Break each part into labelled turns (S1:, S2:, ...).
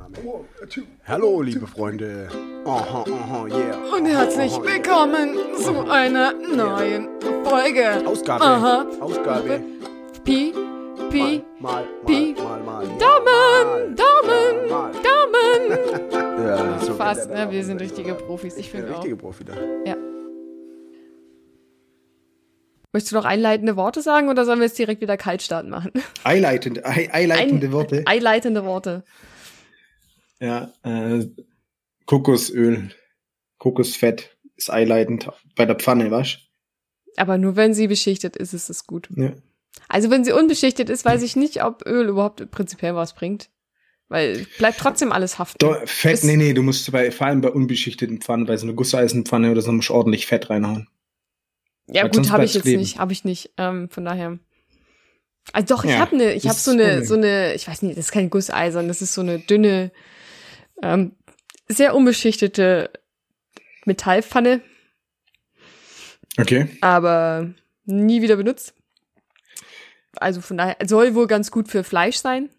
S1: Aufnahme. Hallo, liebe Freunde. Aha, aha, yeah.
S2: Und herzlich
S1: Oh,
S2: willkommen zu einer neuen Folge.
S1: Ausgabe.
S2: Aha.
S1: Ausgabe.
S2: Pi, Pi,
S1: Mal, mal,
S2: Pi.
S1: mal, mal. mal.
S2: Daumen, Daumen,
S1: Mal.
S2: Daumen.
S1: Ja, so
S2: Fast,
S1: geht
S2: ne?
S1: der
S2: Wir
S1: Daumen.
S2: sind richtige Profis. Ich
S1: Der
S2: finde auch.
S1: richtige Profi da.
S2: Ja. Möchtest du noch einleitende Worte sagen oder sollen wir jetzt direkt wieder Kaltstart machen?
S3: Eileitend, ei, eileitende
S2: Ein-
S3: Worte.
S2: Einleitende Worte.
S3: Ja, äh, Kokosöl, Kokosfett ist eileitend bei der Pfanne, weißt
S2: Aber nur wenn sie beschichtet ist, ist es gut.
S3: du? Ja.
S2: Also wenn sie unbeschichtet ist, weiß ich nicht, ob Öl überhaupt prinzipiell was bringt. Weil bleibt trotzdem alles haften.
S3: Do, Fett,
S2: Ist-
S3: nee, nee, du musst bei, vor allem bei unbeschichteten Pfannen, bei so einer Gusseisenpfanne oder so, musst du ordentlich Fett reinhauen.
S2: Ja,
S3: Weil
S2: gut,
S3: sonst
S2: habe ich
S3: bleibt's
S2: jetzt
S3: kleben.
S2: nicht, habe ich nicht. Ähm, von daher. Also doch, ich
S3: Ja,
S2: habe eine, ich
S3: das
S2: habe so
S3: ist das
S2: eine,
S3: Problem.
S2: so eine, ich weiß nicht, das ist kein Gusseisern, das ist so eine dünne, ähm, sehr unbeschichtete Metallpfanne,
S3: Okay.
S2: aber nie wieder benutzt. Also von daher soll wohl ganz gut für Fleisch sein.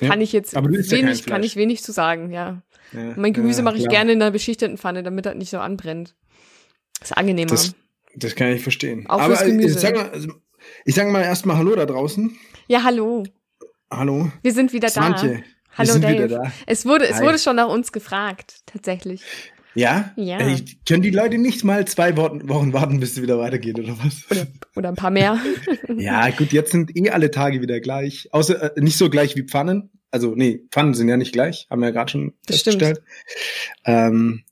S3: Ja,
S2: Kann ich jetzt
S3: aber du isst ja kein
S2: wenig, kann
S3: Fleisch.
S2: ich wenig zu sagen, ja.
S3: Ja,
S2: Mein Gemüse
S3: ja,
S2: mache ich
S3: klar.
S2: gerne in einer beschichteten Pfanne, damit das nicht so anbrennt. Ist angenehmer.
S3: Das, das kann ich verstehen.
S2: Genau. Auch
S3: Aber
S2: fürs
S3: äh,
S2: Gemüse.
S3: Ich sag mal, also, ich sag mal erstmal Hallo da draußen.
S2: ja, hallo.
S3: Hallo.
S2: Wir sind wieder da.
S3: Swantje.
S2: Hallo
S3: wir sind
S2: Dave.
S3: wieder da.
S2: Es wurde, es
S3: Hi.
S2: wurde schon nach uns gefragt, tatsächlich.
S3: Ja?
S2: Ja.
S3: Ey, können die Leute nicht mal zwei Wo- Wochen warten, bis es wieder weitergeht, oder was?
S2: Oder, oder ein paar mehr.
S3: Ja, gut, jetzt sind eh alle Tage wieder gleich. Außer äh, nicht so gleich wie Pfannen. Also, nee, Pfannen sind ja nicht gleich, haben wir ja gerade schon
S2: Das stimmt.
S3: festgestellt. Ähm,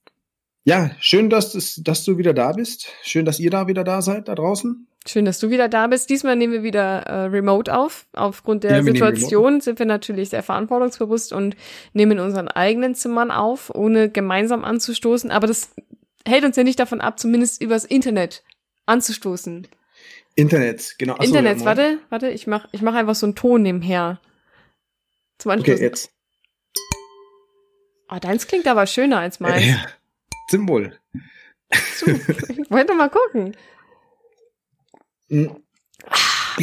S3: ja, schön, dass, es, dass du wieder da bist. Schön, dass ihr da wieder da seid, da draußen.
S2: Schön, dass du wieder da bist. Diesmal nehmen wir wieder äh, remote auf. Aufgrund der
S3: Ja, wir nehmen
S2: Situation sind wir natürlich sehr verantwortungsbewusst und nehmen in unseren eigenen Zimmern auf, ohne gemeinsam anzustoßen. Aber das hält uns ja nicht davon ab, zumindest übers Internet anzustoßen.
S3: Internet, genau. Achso,
S2: Internet,
S3: ja, Moment.
S2: warte, warte, ich mach, ich mach einfach so einen Ton nebenher. Zum
S3: Okay,
S2: Anstoßen.
S3: jetzt.
S2: Ah, deins klingt aber schöner als meins.
S3: Äh, ja. Symbol.
S2: Ich wollte mal gucken.
S3: Mhm.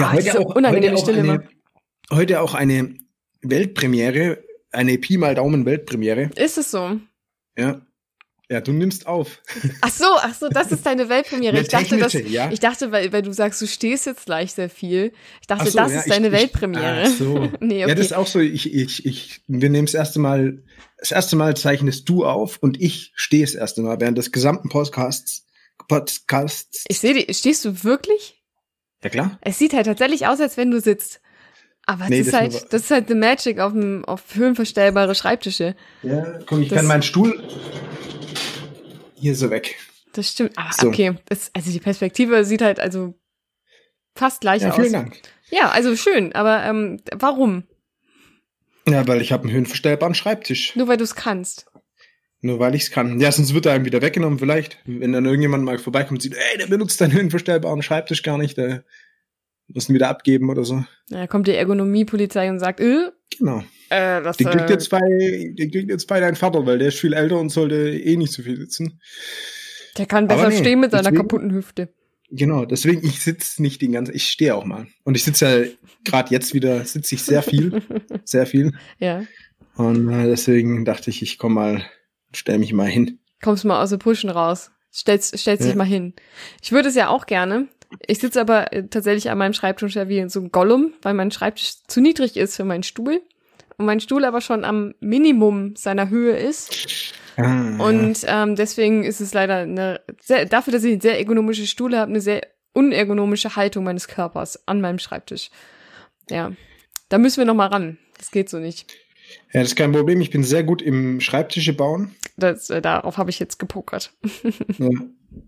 S2: Ah, diese unangenehme Stille immer.
S3: eine, heute auch eine Weltpremiere, eine Pi mal Daumen Weltpremiere.
S2: Ist es so?
S3: Ja. Ja, du nimmst auf.
S2: Ach so, ach so, das ist deine Weltpremiere.
S3: Eine
S2: Ich dachte, das,
S3: technische, ja.
S2: ich dachte, weil, weil du sagst, du stehst jetzt gleich sehr viel. Ich dachte,
S3: Ach so,
S2: das
S3: ja,
S2: ist
S3: ich-
S2: deine
S3: ich-
S2: Weltpremiere.
S3: Ach so.
S2: Nee, okay.
S3: Ja, das ist auch so. Ich, ich, ich, wir nehmen das erste Mal, das erste Mal zeichnest du auf und ich stehe das erste Mal während des gesamten Podcasts. Podcasts.
S2: ich sehe dich. Stehst du wirklich?
S3: Ja, klar.
S2: Es sieht halt tatsächlich aus, als wenn du sitzt. Aber
S3: Nee,
S2: das, ist
S3: das
S2: halt,
S3: nur-
S2: das ist halt the magic auf, dem, auf höhenverstellbare Schreibtische.
S3: Ja, guck, ich
S2: Das-
S3: kann meinen Stuhl hier so weg.
S2: Das stimmt. Aber
S3: So.
S2: okay, es, also die Perspektive sieht halt also fast gleich
S3: Ja,
S2: aus.
S3: vielen Dank.
S2: Ja, also schön, aber ähm, warum?
S3: Ja, weil ich habe einen höhenverstellbaren Schreibtisch.
S2: Nur weil du es kannst.
S3: Nur weil ich es kann. Ja, sonst wird er einem wieder weggenommen, vielleicht. Wenn dann irgendjemand mal vorbeikommt und sieht, ey, der benutzt deinen höhenverstellbaren Schreibtisch gar nicht, der muss ihn wieder abgeben oder so.
S2: Da kommt die Ergonomiepolizei und sagt, äh,
S3: Genau.
S2: äh das
S3: Den kriegt
S2: äh,
S3: jetzt bei, den kriegt jetzt bei dein Vater, weil der ist viel älter und sollte eh nicht so viel sitzen.
S2: Der kann
S3: Aber
S2: besser
S3: nee,
S2: stehen mit seiner
S3: deswegen-
S2: kaputten Hüfte.
S3: Genau, deswegen, ich sitze nicht den ganzen, ich stehe auch mal. Und ich sitze ja gerade jetzt wieder, sitze ich sehr viel, sehr viel.
S2: Ja.
S3: Und äh, deswegen dachte ich, ich komme mal, stell mich mal hin.
S2: Kommst mal aus dem Pushen raus. Stellst, stellst dich
S3: Ja.
S2: mal hin. Ich würde es ja auch gerne. Ich sitze aber äh, tatsächlich an meinem Schreibtisch ja wie so ein Gollum, weil mein Schreibtisch zu niedrig ist für meinen Stuhl. Und mein Stuhl aber schon am Minimum seiner Höhe ist.
S3: Ah,
S2: Und ähm, deswegen ist es leider eine sehr, dafür, dass ich einen sehr ergonomische Stuhl habe, eine sehr unergonomische Haltung meines Körpers an meinem Schreibtisch. Ja. Da müssen wir noch mal ran. Das geht so nicht.
S3: ja, das ist kein Problem. Ich bin sehr gut im Schreibtische bauen.
S2: Das, äh, darauf habe ich jetzt gepokert.
S3: Ja.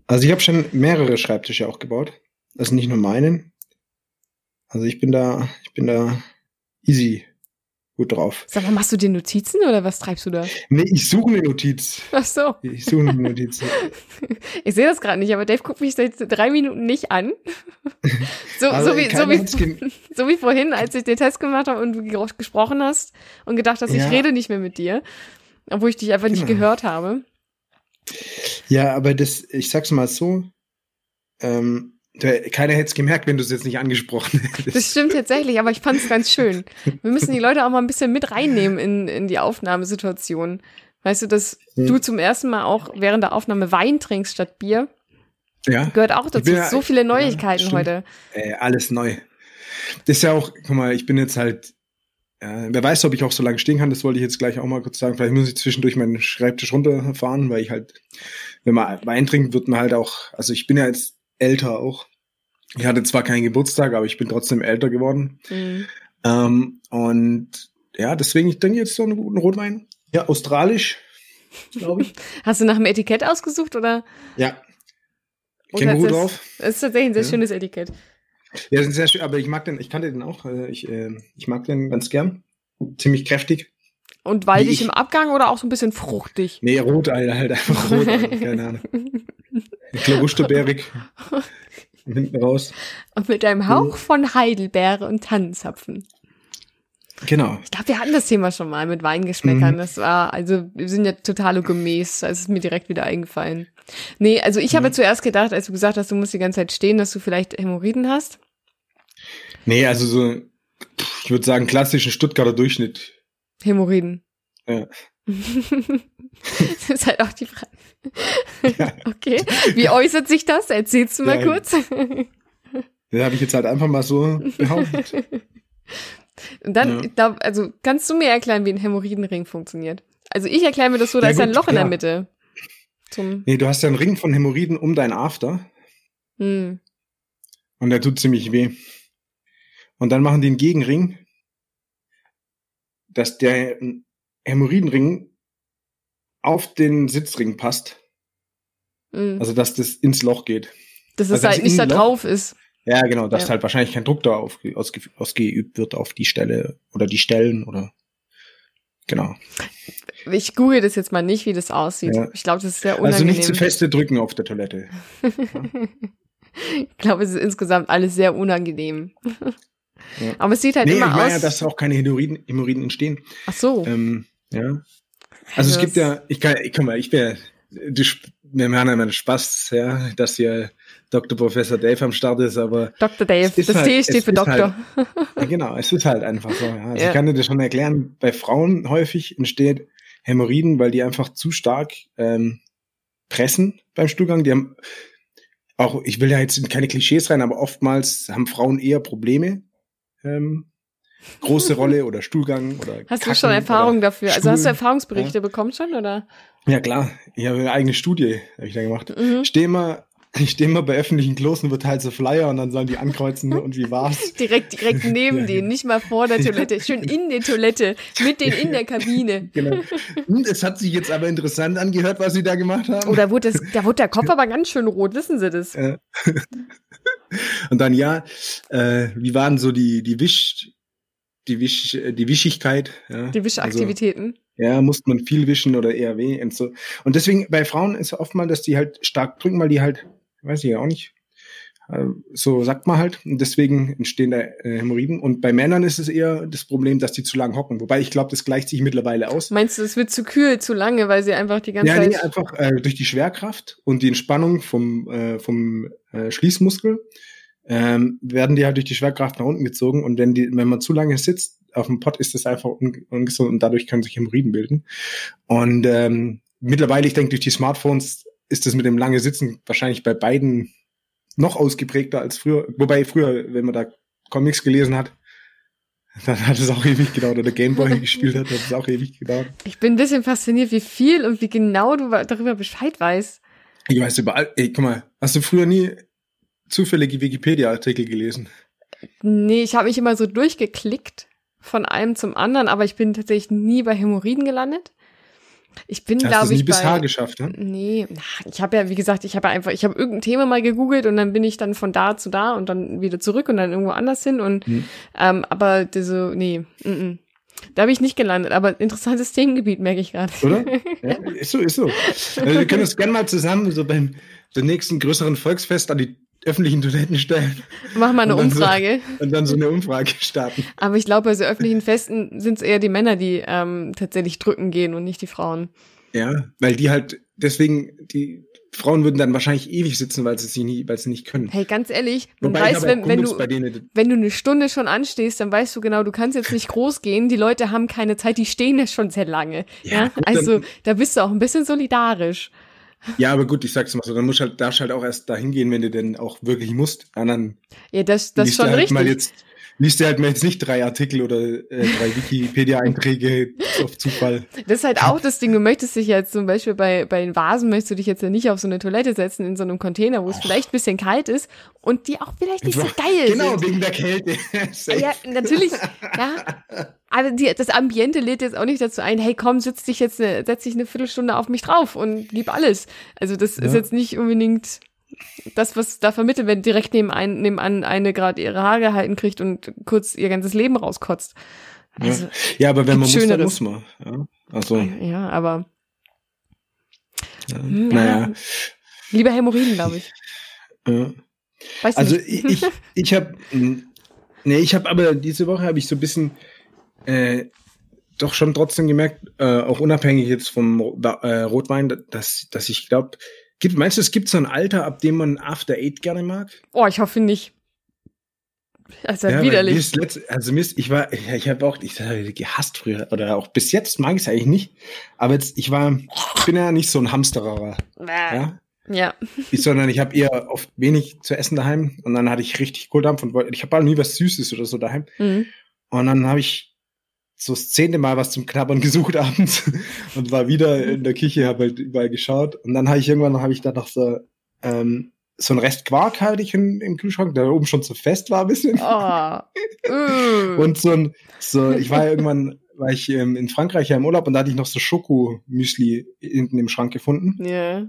S3: Also ich habe schon mehrere Schreibtische auch gebaut. Also nicht nur meinen. Also ich bin da, ich bin da easy gut drauf.
S2: Sag mal, machst du dir Notizen oder was treibst du da?
S3: Nee, ich suche eine Notiz.
S2: Ach so.
S3: Ich suche eine Notiz.
S2: Ich sehe das gerade nicht, aber Dave guckt mich seit drei Minuten nicht an. So,
S3: Also,
S2: so, wie, so,
S3: keiner hat's
S2: wie,
S3: gem-
S2: so wie vorhin, als ich den Test gemacht habe und du ge- gesprochen hast und gedacht hast,
S3: Ja.
S2: ich rede nicht mehr mit dir, obwohl ich dich einfach nicht
S3: Genau.
S2: gehört habe.
S3: ja, aber das, ich sag's mal so, ähm, Der- Keiner hätte es gemerkt, wenn du es jetzt nicht angesprochen hättest.
S2: Das stimmt tatsächlich, aber ich fand's ganz schön. Wir müssen die Leute auch mal ein bisschen mit reinnehmen in, in die Aufnahmesituation. Weißt du, dass
S3: Hm.
S2: du zum ersten Mal auch während der Aufnahme Wein trinkst statt Bier,
S3: Ja,
S2: gehört auch dazu.
S3: bin ja-
S2: so viele Neuigkeiten
S3: stimmt.
S2: heute.
S3: äh, alles neu. Das ist ja auch, guck mal, ich bin jetzt halt, äh, wer weiß, ob ich auch so lange stehen kann, das wollte ich jetzt gleich auch mal kurz sagen. Vielleicht muss ich zwischendurch meinen Schreibtisch runterfahren, weil ich halt, wenn man Wein trinkt, wird man halt auch, also ich bin ja jetzt älter auch. Ich hatte zwar keinen Geburtstag, aber ich bin trotzdem älter geworden.
S2: Hm.
S3: Ähm, und ja, deswegen, ich denke jetzt so einen guten Rotwein. Ja, australisch, glaube ich.
S2: Hast du nach dem Etikett ausgesucht oder?
S3: ja.
S2: Oder
S3: Känguru
S2: ist das-
S3: drauf.
S2: Es ist tatsächlich ein sehr
S3: Ja.
S2: schönes Etikett.
S3: Ja, sind sehr schön, aber ich mag den, ich kannte den auch. äh, Ich, äh, ich mag den ganz gern. Ziemlich kräftig.
S2: Und
S3: Wie
S2: waldig
S3: ich-
S2: im Abgang oder auch so ein bisschen fruchtig?
S3: Nee, rot, Alter, halt einfach rot, Alter, keine Ahnung. Ich glaube, Usterbeerig. Hinten raus.
S2: Und mit einem Hauch von Heidelbeere und Tannenzapfen.
S3: Genau.
S2: Ich glaube, wir hatten das Thema schon mal mit Weingeschmäckern.
S3: Mhm.
S2: Das war, also wir sind ja total gemäß. Also es ist mir direkt wieder eingefallen. Nee, also ich habe
S3: Mhm.
S2: zuerst gedacht, als du gesagt hast, du musst die ganze Zeit stehen, dass du vielleicht Hämorrhoiden hast.
S3: Nee, also so, pff, ich würde sagen, klassischen Stuttgarter Durchschnitt.
S2: Hämorrhoiden.
S3: Ja.
S2: das ist halt auch die Frage.
S3: Ja.
S2: Okay. Wie äußert sich das? Erzählst du mal
S3: Ja.
S2: kurz.
S3: Das habe ich jetzt halt einfach mal so behauptet.
S2: Und dann,
S3: Ja.
S2: da, also kannst du mir erklären, wie ein Hämorrhoidenring funktioniert? Also ich erkläre mir das so, da
S3: Ja,
S2: ist ein
S3: gut,
S2: Loch in der
S3: klar.
S2: Mitte. Zum,
S3: Nee, du hast ja einen Ring von Hämorrhoiden um dein After.
S2: hm.
S3: Und der tut ziemlich weh. Und dann machen die einen Gegenring, dass der Hämorrhoidenring auf den Sitzring passt.
S2: Hm.
S3: Also, dass das ins Loch geht.
S2: dass es
S3: also das
S2: halt nicht da
S3: Innenloch-
S2: drauf ist.
S3: Ja, genau, dass
S2: Ja.
S3: halt wahrscheinlich kein Druck da auf, ausge, ausgeübt wird auf die Stelle oder die Stellen oder. Genau.
S2: Ich google das jetzt mal nicht, wie das aussieht.
S3: Ja.
S2: Ich glaube, das ist sehr
S3: Also
S2: unangenehm.
S3: nicht zu feste drücken auf der Toilette.
S2: ich glaube, es ist insgesamt alles sehr unangenehm.
S3: Ja.
S2: Aber es sieht halt
S3: nee, ich
S2: immer
S3: meine ja,
S2: aus.
S3: dass auch keine Hämorrhoiden, Hämorrhoiden entstehen.
S2: Ach so.
S3: Ähm, ja. Also es gibt
S2: das-
S3: ja, ich kann, ich, guck mal, ich bin, ja- du, sp- wir machen ja immer Spaß, ja, dass hier Dr. Professor Dave am Start ist, aber
S2: Dr. Dave.
S3: es ist
S2: Das
S3: halt-
S2: T
S3: es
S2: steht für
S3: ist
S2: Doktor.
S3: ja, genau, es ist halt einfach so. Ja. Also
S2: Ja.
S3: Ich kann dir das schon erklären, bei Frauen häufig entsteht Hämorrhoiden, weil die einfach zu stark ähm, pressen beim Stuhlgang. Die haben auch, ich will ja jetzt in keine Klischees rein, aber oftmals haben Frauen eher Probleme. Ähm, große Rolle oder Stuhlgang oder
S2: Hast du
S3: Kacken
S2: schon Erfahrung
S3: oder-
S2: dafür? Also
S3: Stuhl.
S2: hast du Erfahrungsberichte bekommen schon, oder?
S3: Ja klar, ich habe eine eigene Studie, habe ich da gemacht.
S2: Mhm.
S3: Ich stehe immer, ich stehe immer bei öffentlichen Klos und wird halt so Flyer und dann sollen die ankreuzen ne, und wie war's.
S2: Direkt, direkt neben
S3: Ja,
S2: denen, nicht mal vor der Toilette, schön in der Toilette, mit denen in der Kabine.
S3: Genau. Hm, Es hat sich jetzt aber interessant angehört, was sie da gemacht haben.
S2: Oder wurde das, da wurde der Kopf aber ganz schön rot, wissen Sie das?
S3: Äh, und dann ja, äh, wie waren so die die Wisch die Wisch äh, die Wischigkeit, ja?
S2: Die Wischaktivitäten.
S3: Also, ja, musste man viel wischen oder eher weh und so. Und deswegen bei Frauen ist oftmals, dass die halt stark drücken, weil die halt, weiß ich ja auch nicht. äh, So sagt man halt, und deswegen entstehen da äh, Hämorrhoiden. Und bei Männern ist es eher das Problem, dass die zu lang hocken. Wobei ich glaube, das gleicht sich mittlerweile aus.
S2: Meinst du, es wird zu kühl, zu lange, weil sie einfach die ganze
S3: also Ja, nee,
S2: Zeit.
S3: einfach äh, durch die Schwerkraft und die Entspannung vom, äh, vom äh, Schließmuskel ähm, werden die halt durch die Schwerkraft nach unten gezogen und wenn, die, wenn man zu lange sitzt auf dem Pott, ist das einfach un ungesund und dadurch können sich Hämorrhoiden bilden. Und ähm, mittlerweile, ich denke, durch die Smartphones ist das mit dem lange Sitzen wahrscheinlich bei beiden noch ausgeprägter als früher. Wobei früher, wenn man da Comics gelesen hat, dann hat es auch ewig gedauert oder Gameboy gespielt hat, hat es auch ewig gedauert.
S2: Ich bin ein bisschen fasziniert, wie viel und wie genau du wa- darüber Bescheid weißt.
S3: Ich weiß überall. Ey, guck mal, hast du früher nie zufällige Wikipedia-Artikel gelesen?
S2: Hm, Nee, ich habe mich immer so durchgeklickt von einem zum anderen, aber ich bin tatsächlich nie bei Hämorrhoiden gelandet. Ich bin,
S3: Hast
S2: glaube
S3: du es nie
S2: ich,
S3: bis
S2: bei-
S3: H geschafft, ne?
S2: Nee, na, ich habe ja, wie gesagt, ich habe ja einfach, ich habe irgendein Thema mal gegoogelt und dann bin ich dann von da zu da und dann wieder zurück und dann irgendwo anders hin und
S3: Hm.
S2: ähm, aber diese, nee, mm, mm. da bin ich nicht gelandet, aber interessantes Themengebiet merke ich gerade.
S3: Oder? Ja, ist so, ist so. Also wir können uns gerne mal zusammen so beim, beim nächsten größeren Volksfest an die öffentlichen Toiletten stellen
S2: Mach mal eine
S3: Und dann so-
S2: Umfrage.
S3: und dann so eine Umfrage starten.
S2: Aber ich glaube, bei so öffentlichen Festen sind es eher die Männer, die ähm, tatsächlich drücken gehen und nicht die Frauen.
S3: Ja, weil die halt, deswegen, die Frauen würden dann wahrscheinlich ewig sitzen, weil sie es nicht, weil sie nicht können.
S2: Hey, ganz ehrlich, man
S3: ich
S2: weiß,
S3: habe auch
S2: wenn, wenn
S3: Kumpels,
S2: du
S3: bei denen,
S2: wenn du eine Stunde schon anstehst, dann weißt du genau, du kannst jetzt nicht groß gehen. Die Leute haben keine Zeit, die stehen ja schon sehr lange.
S3: Ja,
S2: Ja,
S3: gut,
S2: also
S3: dann-
S2: da bist du auch ein bisschen solidarisch.
S3: ja, aber gut, ich sag's mal so, dann musst halt, darfst halt auch erst dahin gehen, wenn du denn auch wirklich musst. Anderen
S2: Ja, das, das ist
S3: du
S2: schon
S3: halt mal
S2: richtig.
S3: jetzt, liest dir halt mal jetzt nicht drei Artikel oder äh, drei Wikipedia-Einträge auf Zufall.
S2: Das ist halt auch das Ding, du möchtest dich jetzt zum Beispiel bei, bei den Vasen, möchtest du dich jetzt ja nicht auf so eine Toilette setzen in so einem Container, wo es vielleicht ein bisschen kalt ist und die auch vielleicht nicht so geil
S3: Genau,
S2: sind. Ah,
S3: wegen der Kälte. Safe.
S2: Ja, natürlich, ja. Aber die, das Ambiente lädt jetzt auch nicht dazu ein, hey komm, setz dich jetzt eine, setz dich eine Viertelstunde auf mich drauf und gib alles. Also das ist
S3: Ja.
S2: jetzt nicht unbedingt das, was da vermittelt, wenn direkt nebenan, nebenan eine gerade ihre Haare gehalten kriegt und kurz ihr ganzes Leben rauskotzt. Also,
S3: Ja, aber wenn man muss,
S2: Gibt's
S3: dann
S2: Schöneres.
S3: muss man. Ja. Also,
S2: ja,
S3: ja.
S2: aber Hm,
S3: naja.
S2: lieber Hämorrhoiden, glaube ich.
S3: Ja.
S2: Weißt du
S3: Also
S2: nicht?
S3: ich, ich, ich habe, nee, ich habe aber diese Woche habe ich so ein bisschen äh, doch schon trotzdem gemerkt, äh, auch unabhängig jetzt vom Ro- äh, Rotwein, dass, dass ich glaube, gibt, meinst du, es gibt so ein Alter, ab dem man After Eight gerne mag?
S2: Oh, ich hoffe nicht. Das ist ja,
S3: weil Mir
S2: widerlich.
S3: ist letzt, also mir ist, ich war, ja, ich habe auch, ich habe gehasst früher oder auch bis jetzt mag ich es eigentlich nicht. Aber jetzt, ich war, ich bin ja nicht so ein Hamsterer,
S2: Ja.
S3: ja, ich, sondern ich habe eher oft wenig zu essen daheim und dann hatte ich richtig Kohldampf und wollte, ich habe nie was Süßes oder so daheim.
S2: Mhm.
S3: Und dann habe ich so das zehnte Mal was zum Knabbern gesucht abends und war wieder in der Küche, habe halt überall geschaut. Und dann habe ich irgendwann, habe ich dann noch so, ähm, so einen Rest Quark hatte ich im, im Kühlschrank, der oben schon zu fest war ein bisschen.
S2: Oh. Mm.
S3: Und so ein, so, ich war ja irgendwann, war ich ähm, in Frankreich ja im Urlaub und da hatte ich noch so Schoko-Müsli hinten im Schrank gefunden.
S2: Ja.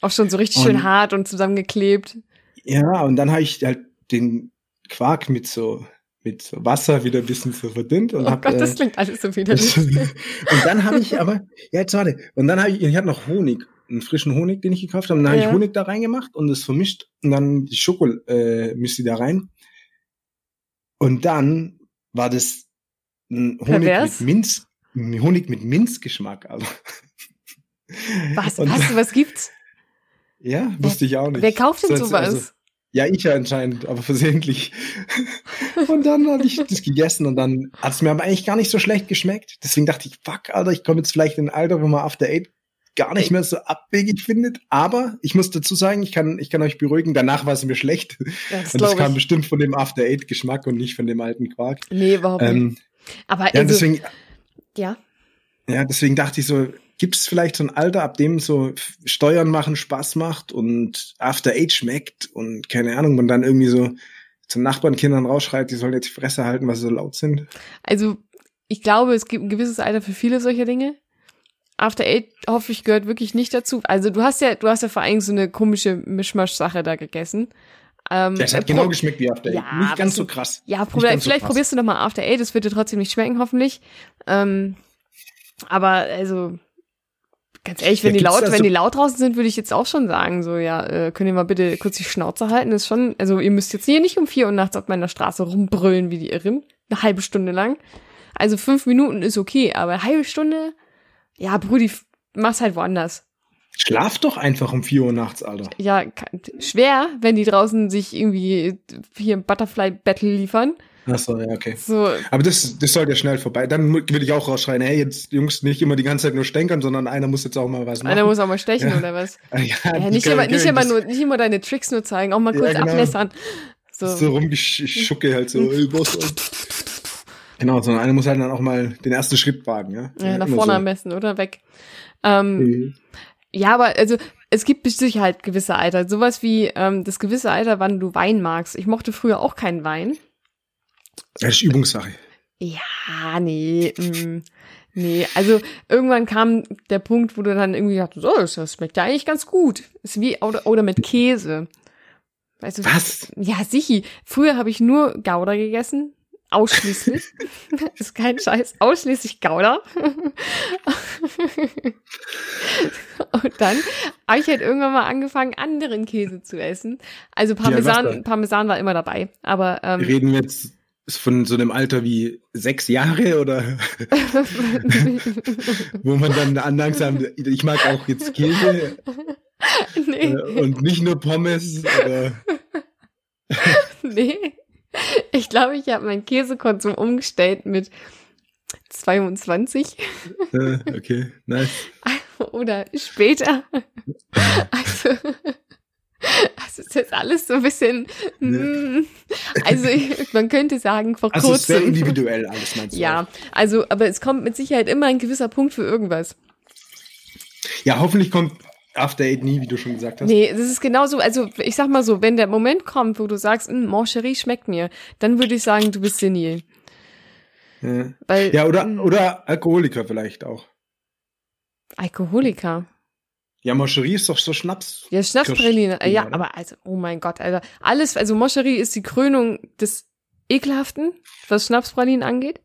S2: Auch schon so richtig schön
S3: Und-
S2: hart und zusammengeklebt.
S3: Ja, und dann habe ich halt den Quark mit so, mit so Wasser wieder ein bisschen so verdünnt und
S2: Oh
S3: hab,
S2: Gott, das
S3: äh,
S2: klingt alles so
S3: das-
S2: widerlich.
S3: und dann habe ich aber, ja, jetzt warte, und dann habe ich, ich hatte noch Honig, einen frischen Honig, den ich gekauft habe, und dann habe
S2: Ja.
S3: ich Honig da reingemacht und es vermischt und dann die Schokolade äh, Müsli da rein. Und dann war das ein Honig
S2: Pervers?
S3: mit Minz, ein Honig mit Minzgeschmack, aber.
S2: Was,
S3: Und-
S2: was, was gibt's?
S3: Ja, wusste ich auch nicht.
S2: Wer kauft denn
S3: Also- also-
S2: sowas?
S3: ja, ich ja anscheinend, aber versehentlich. Und dann habe ich das gegessen und dann hat es mir aber eigentlich gar nicht so schlecht geschmeckt. Deswegen dachte ich, fuck, Alter, ich komme jetzt vielleicht in ein Alter, wo man After Eight gar nicht mehr so abwegig findet. Aber ich muss dazu sagen, ich kann, ich kann euch beruhigen, danach war es mir schlecht.
S2: Ja, das
S3: und das
S2: glaube
S3: kam
S2: ich.
S3: bestimmt von dem After Eight Geschmack und nicht von dem alten Quark.
S2: Nee, überhaupt nicht.
S3: Ähm,
S2: Aber
S3: ja,
S2: also,
S3: deswegen,
S2: ja.
S3: ja, deswegen dachte ich so, gibt es vielleicht so ein Alter, ab dem so F- Steuern machen Spaß macht und After Eight schmeckt und keine Ahnung, man dann irgendwie so zu Nachbarnkindern rausschreit, die sollen jetzt die Fresse halten, weil sie so laut sind.
S2: Also, ich glaube, es gibt ein gewisses Alter für viele solcher Dinge. After Eight, hoffe ich, gehört wirklich nicht dazu. Also, du hast ja, du hast ja vor allen Dingen so eine komische Mischmasch-Sache da gegessen. Ähm,
S3: Das hat
S2: äh,
S3: genau
S2: Pro-
S3: geschmeckt wie After Eight.
S2: Ja,
S3: Nicht ganz
S2: aber
S3: so
S2: so-
S3: krass.
S2: Ja,
S3: Nicht
S2: probier,
S3: ganz so
S2: vielleicht
S3: krass.
S2: probierst du nochmal After Eight, das wird dir trotzdem nicht schmecken, hoffentlich. Ähm, aber also, ganz ehrlich, wenn,
S3: Ja,
S2: die,
S3: gibt's also
S2: laut,
S3: da
S2: wenn
S3: so-
S2: die laut draußen sind, würde ich jetzt auch schon sagen, so, ja, äh, könnt ihr mal bitte kurz die Schnauze halten, das ist schon, also ihr müsst jetzt hier nicht um vier Uhr nachts auf meiner Straße rumbrüllen wie die Irren, eine halbe Stunde lang. Also fünf Minuten ist okay, aber eine halbe Stunde, ja, Brudi, f- mach's halt woanders.
S3: Schlaf doch einfach um 4 Uhr nachts, Alter.
S2: Ja, kann, schwer, wenn die draußen sich irgendwie hier ein Butterfly-Battle liefern.
S3: Achso, ja, okay.
S2: So,
S3: Aber das, das sollte ja schnell vorbei. Dann mu- würde ich auch rausschreien, hey, jetzt Jungs, nicht immer die ganze Zeit nur stänkern, sondern einer muss jetzt auch mal was machen.
S2: einer muss auch mal stechen
S3: Ja.
S2: oder was.
S3: ja,
S2: Ja,
S3: die
S2: nicht,
S3: können-
S2: immer, nicht,
S3: können
S2: immer
S3: das-
S2: nur, nicht immer deine Tricks nur zeigen, auch mal
S3: Ja,
S2: kurz
S3: genau.
S2: ablässern. So.
S3: So rumgeschucke halt so. ey, was, ey. genau, sondern einer muss halt dann auch mal den ersten Schritt wagen, ja?
S2: Ja, nach
S3: Immer
S2: vorne
S3: so.
S2: am besten, oder? Weg. Ähm,
S3: Mhm.
S2: Ja, aber also es gibt mit Sicherheit gewisse Alter. Sowas wie ähm, das gewisse Alter, wann du Wein magst. Ich mochte früher auch keinen Wein.
S3: Das ist Übungssache.
S2: Ja, nee. Mm, nee, also irgendwann kam der Punkt, wo du dann irgendwie dachtest, oh, das schmeckt ja eigentlich ganz gut. Ist wie oder, oder mit Käse. Weißt du,
S3: Was?
S2: Ja, sichi. Früher habe ich nur Gouda gegessen. Ausschließlich. ist kein Scheiß. Ausschließlich Gouda. Und dann habe ich halt irgendwann mal angefangen, anderen Käse zu essen. Also
S3: was denn?
S2: Parmesan, Parmesan war immer dabei. Aber ähm,
S3: Reden wir jetzt von so einem Alter wie sechs Jahre oder wo man dann langsam, ich mag auch jetzt Käse
S2: nee,
S3: äh, und nicht nur Pommes. Oder,
S2: nee. Ich glaube, ich habe meinen Käsekonsum umgestellt mit 22
S3: äh, okay, nice.
S2: oder später.
S3: Genau.
S2: Also, das ist jetzt alles so ein bisschen. mm. Also, ich- man könnte sagen, vor
S3: Also es ist sehr
S2: kurzem.
S3: individuell alles meinst du?
S2: Ja, also, aber es kommt mit Sicherheit immer ein gewisser Punkt für irgendwas.
S3: Ja, hoffentlich kommt After Eight nie, wie du schon gesagt hast.
S2: Nee, das ist genauso, also ich sag mal so, wenn der Moment kommt, wo du sagst, "Mm, Mancherie schmeckt mir, dann würde ich sagen, du bist senil.
S3: Ja.
S2: Weil
S3: Ja, oder,
S2: mm,
S3: oder Alkoholiker vielleicht auch.
S2: Alkoholiker.
S3: Ja, Moscherie ist doch so Schnaps.
S2: Ja, Schnapspralinen. Äh, Ja,
S3: oder?
S2: aber also, oh mein Gott, Alter. Alles, also Moscherie ist die Krönung des Ekelhaften, was Schnapspralinen angeht.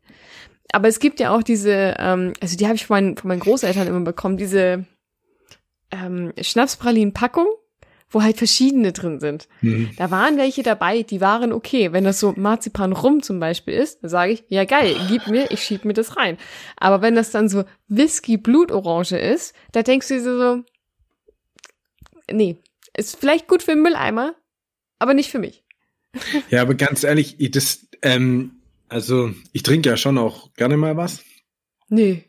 S2: Aber es gibt ja auch diese, ähm, also die habe ich von meinen, von meinen Großeltern immer bekommen, diese ähm, Schnapspralinen-Packung, wo halt verschiedene drin sind.
S3: Mhm.
S2: Da waren welche dabei, die waren okay. Wenn das so Marzipan rum zum Beispiel ist, dann sage ich, ja geil, gib mir, ich schieb mir das rein. Aber wenn das dann so Whisky Blutorange ist, da denkst du dir so, nee, ist vielleicht gut für den Mülleimer, aber nicht für mich.
S3: Ja, aber ganz ehrlich, ich- das, ähm, also ich trinke ja schon auch gerne mal was.
S2: Nee.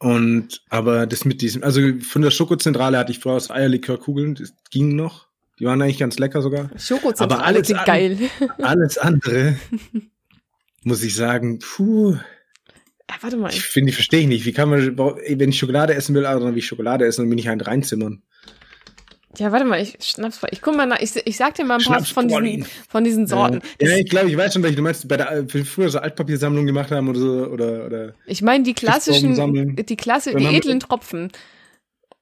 S3: Und aber das mit diesem, also von der Schokozentrale hatte ich vorher aus Eierlikörkugeln, das ging noch. Die waren eigentlich ganz lecker sogar.
S2: Schokozentrale
S3: Aber alles
S2: klingt
S3: an-
S2: geil.
S3: Alles andere muss ich sagen, puh,
S2: Ah, warte mal.
S3: ich finde, ich verstehe ich nicht. Wie kann man, warum- ey, wenn ich Schokolade essen will, also dann will ich Schokolade essen und mir nicht einen reinzimmern.
S2: Ja, warte mal, ich schnapp's mal. Ich guck mal nach, ich, ich sag dir mal ein paar
S3: Schnaps,
S2: von diesen,
S3: Pauline.
S2: von diesen Sorten.
S3: Ja, ich glaube, ich weiß schon, welche du meinst, bei der äh, früher so Altpapiersammlung gemacht haben oder so, oder, oder
S2: Ich meine, die klassischen,
S3: sammeln.
S2: die klasse,
S3: Dann
S2: die
S3: haben-
S2: edlen Tropfen.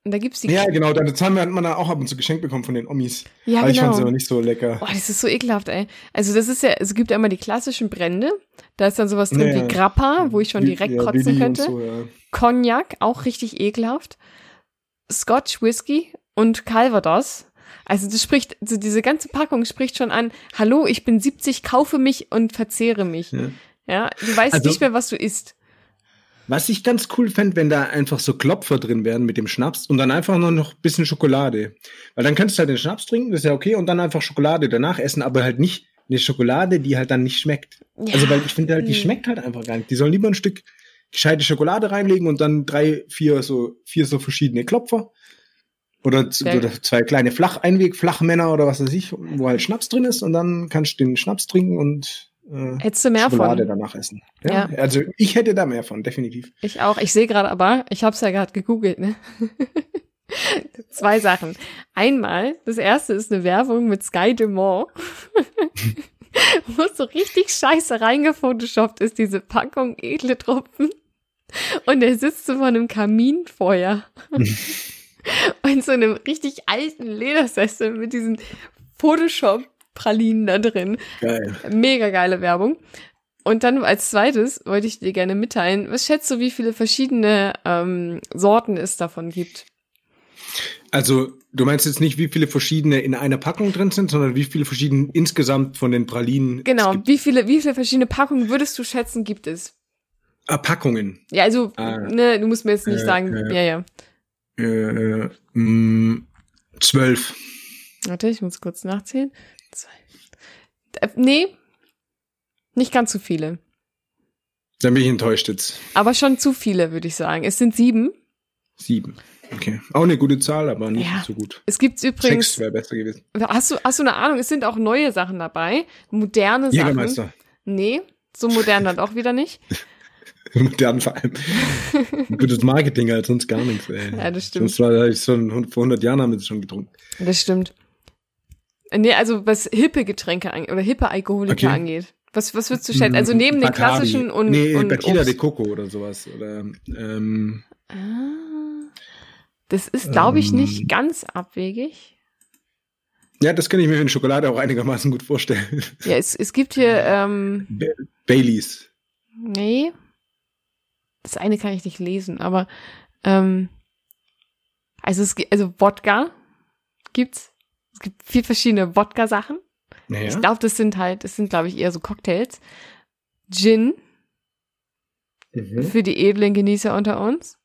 S2: Und da gibt's die
S3: Ja, genau, das haben wir, hat man da auch ab und zu geschenkt bekommen von den Omis.
S2: Ja,
S3: Aber ich fand
S2: genau.
S3: es aber nicht so lecker.
S2: Boah, das ist so ekelhaft, ey. Also das ist ja, es gibt ja immer die klassischen Brände. Da ist dann sowas drin
S3: Ja.
S2: wie Grappa, Ah, wo ich schon direkt
S3: Ja, Willi
S2: kotzen
S3: und
S2: könnte.
S3: So, ja.
S2: Cognac, auch richtig ekelhaft. Scotch Whisky und Calvados. Also das spricht, also diese ganze Packung spricht schon an, hallo, ich bin 70, kaufe mich und verzehre mich.
S3: Ja.
S2: Ja, du weißt
S3: Also-
S2: nicht mehr, was du isst.
S3: Was ich ganz cool fände, wenn da einfach so Klopfer drin wären mit dem Schnaps und dann einfach nur noch ein bisschen Schokolade. Weil dann kannst du halt den Schnaps trinken, das ist ja okay, und dann einfach Schokolade danach essen, aber halt nicht eine Schokolade, die halt dann nicht schmeckt.
S2: Ja.
S3: Also weil ich finde halt, die
S2: Mhm.
S3: schmeckt halt einfach gar nicht. Die sollen lieber ein Stück gescheite Schokolade reinlegen und dann drei, vier so, vier so verschiedene Klopfer. Oder, z-
S2: Sehr-
S3: oder zwei kleine Flach Einweg, Flachmänner oder was weiß ich, wo halt Schnaps drin ist und dann kannst du den Schnaps trinken und äh,
S2: Hättest du mehr
S3: Schokolade
S2: von.
S3: danach essen. Ja? Also ich hätte da mehr von, definitiv.
S2: Ich auch. Ich sehe gerade aber, ich habe es ja gerade gegoogelt, ne? Zwei Sachen. Einmal, das erste ist eine Werbung mit Sky Dumont, wo so richtig scheiße reingefotoshoppt ist, diese Packung edle Tropfen. Und er sitzt so vor einem Kaminfeuer. Und so einem richtig alten Ledersessel mit diesen Photoshop-Pralinen da drin.
S3: Geil.
S2: Mega geile Werbung. Und dann als zweites wollte ich dir gerne mitteilen, was schätzt du, wie viele verschiedene ähm, Sorten es davon gibt?
S3: Also du meinst jetzt nicht, wie viele verschiedene in einer Packung drin sind, sondern wie viele verschiedene insgesamt von den Pralinen
S2: Genau,
S3: es gibt.
S2: wie viele, wie viele verschiedene Packungen würdest du schätzen, gibt es?
S3: Ah, Packungen.
S2: Ja, also,
S3: Ah.
S2: ne, du musst mir jetzt nicht
S3: Äh,
S2: sagen,
S3: äh.
S2: ja, ja.
S3: Äh, mh, zwölf.
S2: Warte, ich muss kurz nachzählen. Zwei. Äh, nee, nicht ganz so viele.
S3: Dann bin ich enttäuscht jetzt.
S2: Aber schon zu viele, würde ich sagen. Es sind sieben.
S3: Sieben. Okay. Auch eine gute Zahl, aber nicht
S2: Ja.
S3: so gut.
S2: Es gibt
S3: Sechs
S2: übrigens,
S3: wäre besser gewesen.
S2: hast du, hast du eine Ahnung, es sind auch neue Sachen dabei, moderne Sachen.
S3: Jägermeister.
S2: Nee, so modern dann auch wieder nicht.
S3: Modern vor allem. Gutes Marketing halt, sonst gar nichts. Ey.
S2: Ja, das stimmt.
S3: Sonst war da ich schon vor 100 Jahren haben wir es schon getrunken.
S2: Das stimmt. Nee, also was hippe Getränke angeht, oder hippe Alkoholiker
S3: Okay. Hm,
S2: angeht. Was, was würdest du schätzen? Also neben den
S3: Bacardi.
S2: klassischen und,
S3: Nee,
S2: und
S3: Batida de
S2: Obst.
S3: Coco oder sowas. Oder, ähm,
S2: Ah. Das ist, glaube ich, nicht
S3: Ähm.
S2: ganz abwegig.
S3: ja, das kann ich mir für eine Schokolade auch einigermaßen gut vorstellen.
S2: Ja, es, es gibt hier, ähm,
S3: Ba- Baileys.
S2: nee. Das eine kann ich nicht lesen, aber ähm, Also es gibt, also Wodka gibt's. Es gibt vier verschiedene Wodka-Sachen. Ich
S3: Naja.
S2: glaube, das sind halt, das sind, glaube ich, eher so Cocktails. Gin
S3: Mhm.
S2: für die edlen Genießer unter uns.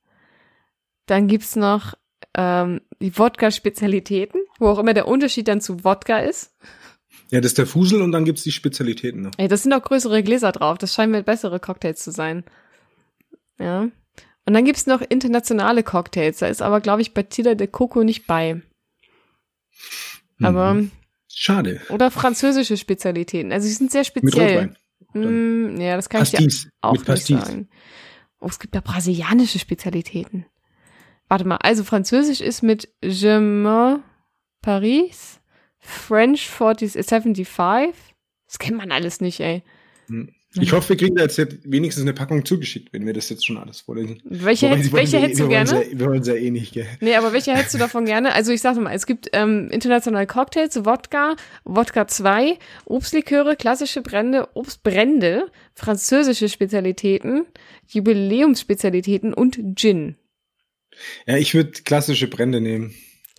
S2: Dann gibt's noch ähm, die Wodka-Spezialitäten, wo auch immer der Unterschied dann zu Wodka ist.
S3: Ja, das ist der Fusel und dann gibt's die Spezialitäten noch.
S2: Ey, das sind auch größere Gläser drauf. Das scheinen mir bessere Cocktails zu sein. Ja. Und dann gibt's noch internationale Cocktails. Da ist aber, glaube ich, Batida de Coco nicht bei. Aber,
S3: Mhm. Schade.
S2: oder französische Spezialitäten. Also, die sind sehr
S3: Mit
S2: speziell.
S3: Rotwein.
S2: Mm, ja, das kann ich dir
S3: Pastis.
S2: auch
S3: Mit
S2: nicht
S3: Pastis.
S2: sagen. Oh, es gibt da brasilianische Spezialitäten. Warte mal, also französisch ist mit Je me Paris, French 40, 75. Das kennt man alles nicht, ey. Mhm.
S3: Ich hoffe, wir kriegen da jetzt wenigstens eine Packung zugeschickt, wenn wir das jetzt schon alles vorlesen.
S2: Welche,
S3: Wobei, wir
S2: hättest,
S3: wollen
S2: welche
S3: ja eh-
S2: hättest du
S3: wir wollen's
S2: gerne?
S3: Ja, wir wollen es ja eh nicht, gell?
S2: Nee, aber welche hättest du davon gerne? Also ich sag mal, es gibt ähm, internationale Cocktails, Wodka, Wodka 2, Obstliköre, klassische Brände, Obstbrände, französische Spezialitäten, Jubiläumsspezialitäten und Gin.
S3: Ja, ich würde klassische Brände nehmen.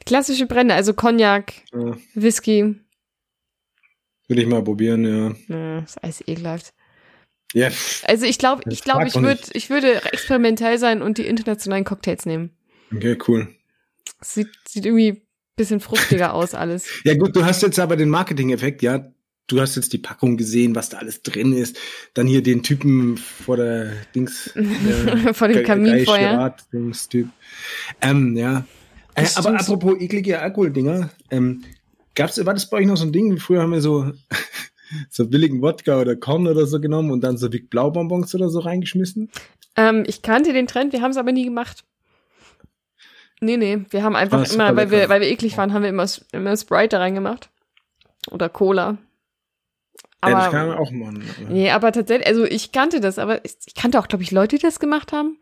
S2: Klassische Brände, also Cognac,
S3: Ja,
S2: Whisky.
S3: würde ich mal probieren, ja.
S2: Ja, ist alles ekelhaft.
S3: Ja, pff,
S2: Also ich glaube,
S3: Das
S2: ich glaube,
S3: fragt
S2: ich
S3: doch
S2: würde,
S3: nicht.
S2: ich würde experimentell sein und die internationalen Cocktails nehmen.
S3: okay, cool.
S2: Sieht, sieht irgendwie ein bisschen fruchtiger aus alles.
S3: Ja, gut, du hast jetzt aber den Marketing-Effekt, ja. Du hast jetzt die Packung gesehen, was da alles drin ist. Dann hier den Typen vor der Dings. der
S2: Vor dem
S3: Guy- Guy
S2: Kaminfeuer.
S3: Gerard-Dings-Typ. Ähm, ja. Äh,
S2: Das
S3: aber
S2: stimmt.
S3: apropos eklige Alkoholdinger, ähm, gab's, war das bei euch noch so ein Ding? Früher haben wir so, so billigen Wodka oder Korn oder so genommen und dann so wie Blaubonbons oder so reingeschmissen? Äh,
S2: Ähm, ich kannte den Trend, wir haben es aber nie gemacht. Nee, nee, wir haben einfach
S3: Ah, ist
S2: immer,
S3: super
S2: weil wir,
S3: lecker.
S2: weil wir eklig waren, haben wir immer, S- immer Sprite da reingemacht. Oder Cola.
S3: ja, das kann
S2: Aber,
S3: man auch machen. aber-
S2: nee, aber tatsächlich, also ich kannte das, aber ich, ich kannte auch, glaube ich, Leute, die das gemacht haben.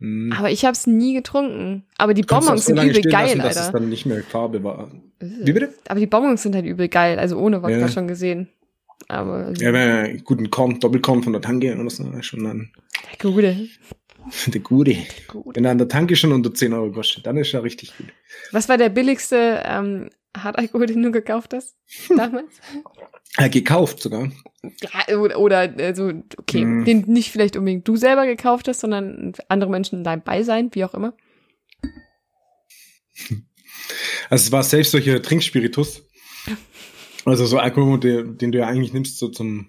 S3: Mhm.
S2: Aber ich habe es nie getrunken. Aber die
S3: Kannst du auch
S2: Bonbons
S3: so
S2: sind
S3: lange
S2: übel
S3: stehen
S2: geil,
S3: lassen, dass es
S2: Alter.
S3: dann nicht mehr Farbe war.
S2: Äh.
S3: Wie bitte?
S2: Aber die Bonbons sind halt übel geil, also ohne Wodka
S3: Ja.
S2: schon gesehen. Aber
S3: Ja, wenn ja guten Korn, Doppelkorn von der Tanke oder so, schon dann
S2: der Gute.
S3: der gute.
S2: Gute.
S3: Wenn er an der Tanke schon unter 10 Euro kostet, dann ist er richtig gut.
S2: Was war der billigste ähm, Hartalkohol, den du gekauft hast damals?
S3: Ja, Äh, gekauft sogar.
S2: ja, oder, oder also, okay,
S3: Mhm.
S2: den nicht vielleicht unbedingt du selber gekauft hast, sondern andere Menschen in deinem Beisein, wie auch immer.
S3: Also es war selbst solche Trinkspiritus. Also so Alkohol, den, den du ja eigentlich nimmst, so zum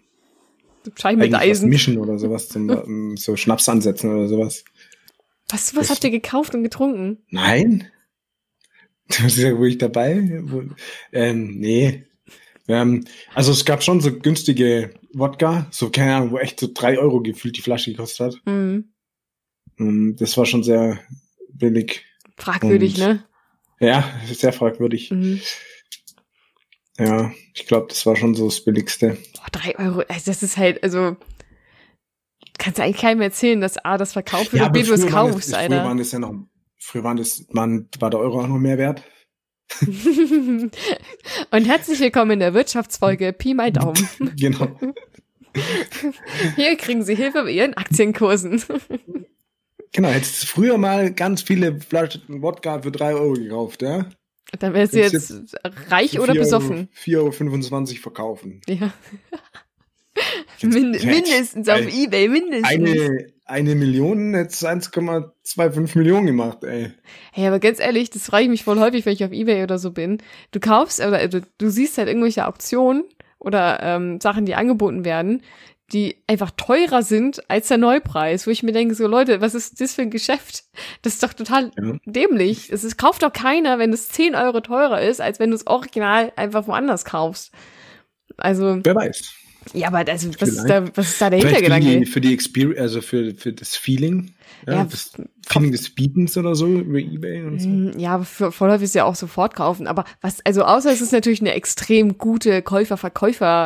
S2: Schein mit
S3: eigentlich was
S2: Eisen.
S3: Mischen oder sowas, zum ähm, so Schnaps ansetzen oder sowas.
S2: Was, was habt ihr gekauft und getrunken?
S3: Nein? Du hast gesagt, wo ich dabei? Wo, ähm, nee. Ähm, also es gab schon so günstige Wodka, so keine Ahnung, wo echt so drei Euro gefühlt die Flasche gekostet hat.
S2: Hm,
S3: Ähm, Das war schon sehr billig.
S2: fragwürdig,
S3: Und-
S2: ne?
S3: Ja, sehr fragwürdig.
S2: Mhm.
S3: Ja, ich glaube, das war schon so das Billigste.
S2: Boah, drei Euro, also das ist halt, also kannst du eigentlich keinem erzählen, dass A, das verkauft wird,
S3: ja,
S2: und B, du es
S3: waren
S2: kaufst,
S3: das, früher
S2: Alter.
S3: waren das ja noch, früher waren das, waren, war der Euro auch noch mehr wert.
S2: und herzlich willkommen in der Wirtschaftsfolge Pi mal Daumen.
S3: genau.
S2: Hier kriegen Sie Hilfe bei Ihren Aktienkursen.
S3: Genau, hättest du früher mal ganz viele Flaschen Wodka für drei Euro gekauft, ja?
S2: Dann wärst du
S3: Gibt's
S2: jetzt reich
S3: Für
S2: oder
S3: vier
S2: besoffen.
S3: Euro, 4,25 Euro verkaufen.
S2: Ja. Min mindestens auf
S3: Ey,
S2: Ebay, mindestens.
S3: Eine, eine Million hättest du 1,25 Millionen gemacht, ey.
S2: Hey, aber ganz ehrlich, das frage ich mich wohl häufig, wenn ich auf Ebay oder so bin. Du kaufst oder du, du siehst halt irgendwelche Auktionen oder ähm, Sachen, die angeboten werden, die einfach teurer sind als der Neupreis, wo ich mir denke, so Leute, was ist das für ein Geschäft? Das ist doch total
S3: Ja.
S2: dämlich. Es ist, kauft doch keiner, wenn es 10 Euro teurer ist, als wenn du es original einfach woanders kaufst. Also,
S3: Wer weiß.
S2: ja, aber also, was, ist da,
S3: Vielleicht.
S2: was ist da der
S3: Vielleicht für
S2: Hintergedanke?
S3: die, für die Experience, also für, für das Feeling. Ja,
S2: Ja,
S3: das Feeling des Bietens oder so über Ebay und so.
S2: Mm, Ja, aber für vorläufig ist ja auch sofort kaufen. Aber was, also außer es ist natürlich eine extrem gute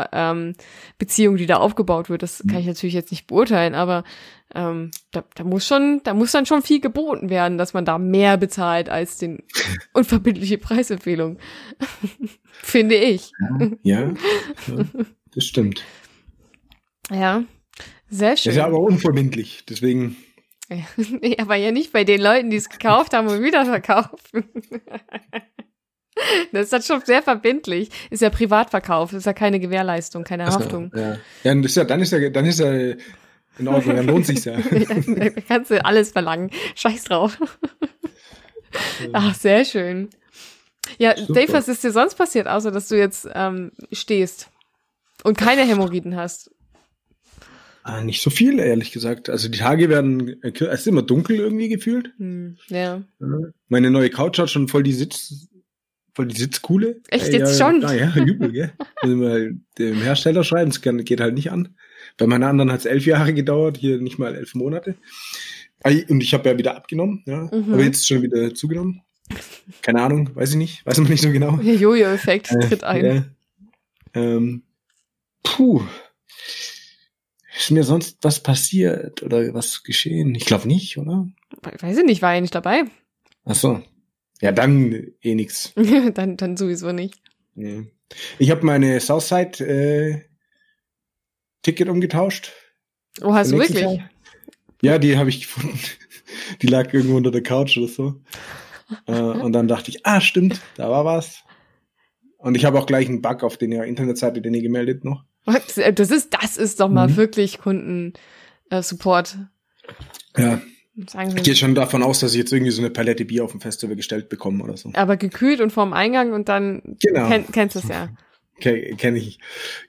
S2: Käufer-Verkäufer-Beziehung, die da aufgebaut wird.
S3: Mhm.
S2: Das kann ich natürlich jetzt nicht beurteilen, aber ähm, da, da muss schon, da muss dann schon viel geboten werden, dass man da mehr bezahlt als den unverbindliche Preisempfehlung. Finde ich.
S3: Ja, ja, das stimmt.
S2: Ja. Sehr
S3: Das ist ja
S2: schön.
S3: aber unverbindlich, deswegen
S2: Nee, aber ja nicht bei den Leuten, die es gekauft haben und wieder verkaufen. Das ist dann schon sehr verbindlich. Ist ja Privatverkauf, ist ja keine Gewährleistung, keine
S3: Ach so,
S2: Haftung.
S3: Ja, ja, und das ist ja, dann ist ja, dann ist ja in Ordnung, dann lohnt sich's ja.
S2: Da kannst du alles verlangen. Scheiß drauf. Ach, sehr schön. Ja,
S3: Super.
S2: Dave, was ist dir sonst passiert, außer dass du jetzt ähm, stehst und keine Hämorrhoiden hast?
S3: Ah, nicht so viel, ehrlich gesagt. Also die Tage werden, äh, es ist immer dunkel irgendwie gefühlt.
S2: Hm, ja.
S3: Meine neue Couch hat schon voll die Sitz, voll die Sitzkuhle.
S2: Echt
S3: Äh,
S2: jetzt
S3: ja,
S2: schon?
S3: Ja, ja, übel, gell? Muss ich mal dem Hersteller schreiben, es kann- geht halt nicht an. Bei meiner anderen hat es elf Jahre gedauert, hier nicht mal elf Monate. Ei, Und ich habe ja wieder abgenommen, ja.
S2: Mhm.
S3: Aber jetzt schon wieder zugenommen. Keine Ahnung, weiß ich nicht, weiß man nicht so genau.
S2: Der Jojo-Effekt tritt
S3: Äh,
S2: ein.
S3: ja. Ähm, puh. Ist mir sonst was passiert oder was geschehen? Ich glaube nicht, oder?
S2: Weiß ich nicht, war ja nicht dabei.
S3: Ach so. Ja, dann eh nix.
S2: dann, dann sowieso nicht.
S3: Nee. Ich habe meine Southside äh, Ticket umgetauscht.
S2: Oh, hast du
S3: Nächstes
S2: wirklich?
S3: Jahr. Ja, die habe ich gefunden. Die lag irgendwo unter der Couch oder so. äh, und dann dachte ich, ah, stimmt, da war was. Und ich habe auch gleich einen Bug auf der Internetseite, den ihr gemeldet noch.
S2: Was? Äh, Das ist, das ist doch mal
S3: Mhm.
S2: wirklich Kundensupport.
S3: Ja,
S2: Sagen
S3: Ich gehe
S2: Sie.
S3: schon davon aus, dass ich jetzt irgendwie so eine Palette Bier auf dem Festival gestellt bekomme oder so.
S2: Aber gekühlt und vorm Eingang und dann
S3: Genau.
S2: kenn, kennst du es ja.
S3: Ke Kenne ich.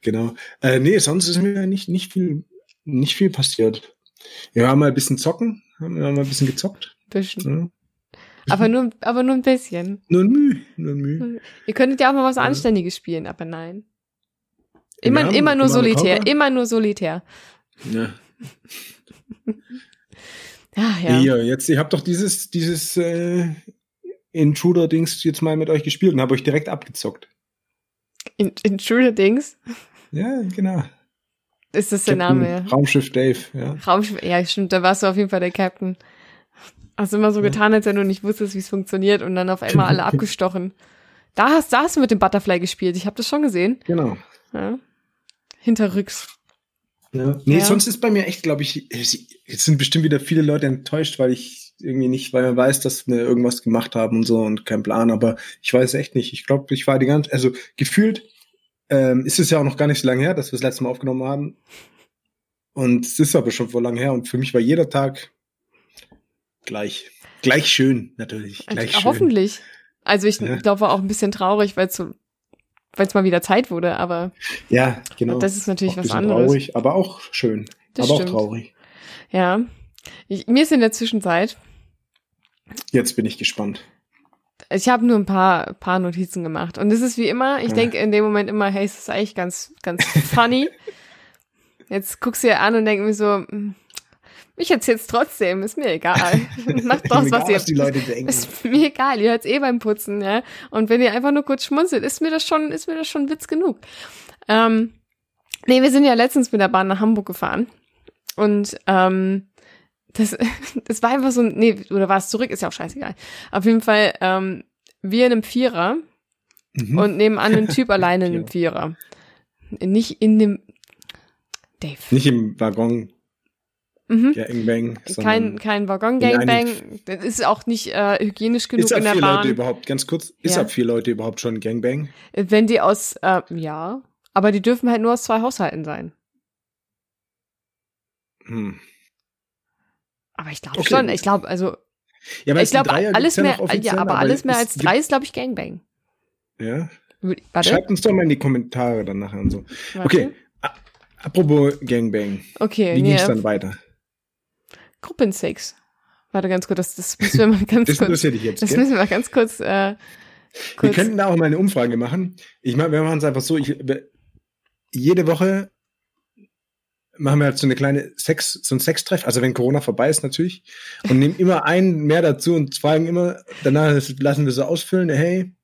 S3: Genau. Äh, nee, sonst ist mir nicht, nicht, viel, nicht viel passiert. Wir haben mal ein bisschen zocken, haben wir mal ein bisschen gezockt.
S2: Bisschen.
S3: Ja.
S2: Aber nur, aber nur ein bisschen.
S3: Nur ein Mühe, nur ein Mühe.
S2: Ihr könntet ja auch mal was
S3: Ja.
S2: Anständiges spielen, aber nein.
S3: Wir
S2: Immer,
S3: haben
S2: immer nur
S3: Command and
S2: solitär,
S3: Conquer.
S2: immer nur solitär.
S3: Ja.
S2: Ah, ja.
S3: Hier, jetzt, ich habe doch dieses, dieses äh, Intruder-Dings jetzt mal mit euch gespielt und habe euch direkt abgezockt.
S2: In, in schöne Dings
S3: Ja, genau.
S2: ist das der Name.
S3: Captain Raumschiff Dave, ja.
S2: Raumschiff, ja, stimmt, da warst du auf jeden Fall der Captain. Hast immer so
S3: Ja.
S2: getan, als wenn du nicht wusstest, wie es funktioniert und dann auf einmal alle abgestochen. Da hast, da hast du mit dem Butterfly gespielt. Ich habe das schon gesehen.
S3: Genau.
S2: Ja. Hinterrücks.
S3: Ja. Nee,
S2: Ja.
S3: sonst ist bei mir echt, glaube ich, jetzt sind bestimmt wieder viele Leute enttäuscht, weil ich irgendwie nicht, weil man weiß, dass wir irgendwas gemacht haben und so und kein Plan, aber ich weiß echt nicht. Ich glaube, ich war die ganze, also gefühlt ähm, ist es ja auch noch gar nicht so lange her, dass wir das letzte Mal aufgenommen haben. Und es ist aber schon vor lang her und für mich war jeder Tag gleich. Gleich schön, natürlich.
S2: Also,
S3: Gleich schön.
S2: hoffentlich. Also ich
S3: Ja.
S2: glaube, war auch ein bisschen traurig, weil es so, weil's mal wieder Zeit wurde, aber
S3: Ja, genau.
S2: das ist natürlich
S3: Auch ein
S2: was
S3: bisschen
S2: anderes.
S3: Traurig, aber auch schön.
S2: Das
S3: aber
S2: stimmt.
S3: auch traurig.
S2: Ja. Ich, mir ist in der Zwischenzeit,
S3: Jetzt bin ich gespannt.
S2: ich habe nur ein paar, paar Notizen gemacht. Und es ist wie immer, ich
S3: Ja.
S2: denke in dem Moment immer, hey, es ist eigentlich ganz, ganz funny. Jetzt guckst du ihr an und denk mir so, hm, ich erzähl's trotzdem, ist mir egal. Macht doch,
S3: Egal,
S2: was ihr.
S3: die Leute denken.
S2: Ist mir egal, ihr hört's eh beim Putzen, ja. Und wenn ihr einfach nur kurz schmunzelt, ist mir das schon, ist mir das schon Witz genug. Ähm, nee, wir sind ja letztens mit der Bahn nach Hamburg gefahren. Und ähm, das, das war einfach so ein, nee, oder war es zurück, ist ja auch scheißegal. Auf jeden Fall, ähm, wir in einem Vierer
S3: Mhm.
S2: und nebenan ein Typ alleine in einem Vierer. Nicht in dem Dave.
S3: Nicht im Waggon
S2: Mhm.
S3: Gangbang,
S2: Kein,
S3: sondern
S2: kein Waggon
S3: in einem-
S2: Gangbang. Das ist auch nicht äh, hygienisch genug
S3: ist ab
S2: in der
S3: vier
S2: Bahn.
S3: Leute überhaupt, ganz kurz, ist
S2: Ja.
S3: ab vier Leute überhaupt schon Gangbang?
S2: Wenn die aus, äh, ja, aber die dürfen halt nur aus zwei Haushalten sein.
S3: Hm.
S2: Aber ich glaube
S3: Okay,
S2: schon,
S3: gut.
S2: ich glaube, also,
S3: Ja,
S2: ich glaube,
S3: Dreier gibt's
S2: alles
S3: ja
S2: mehr,
S3: noch offiziell,
S2: ja, aber alles mehr
S3: es
S2: als
S3: gibt-
S2: drei ist, glaube ich, Gangbang.
S3: Ja.
S2: Wür- Warte,
S3: Schreibt uns doch mal in die Kommentare dann nachher und so.
S2: warte.
S3: Okay, a- apropos Gangbang,
S2: Okay,
S3: wie
S2: nee,
S3: ging's dann weiter?
S2: Gruppensex. Warte ganz kurz, das, das müssen wir mal ganz
S3: Das
S2: kurz,
S3: interessiert dich jetzt,
S2: das
S3: gell?
S2: müssen wir mal ganz kurz, äh,
S3: Wir
S2: kurz,
S3: könnten da auch mal eine Umfrage machen. Ich meine, wir machen es einfach so, ich, wir- jede Woche machen wir halt so eine kleine Sex, so ein Sextreff, also wenn Corona vorbei ist natürlich, und nehmen immer einen mehr dazu und fragen immer, danach lassen wir so ausfüllen, hey,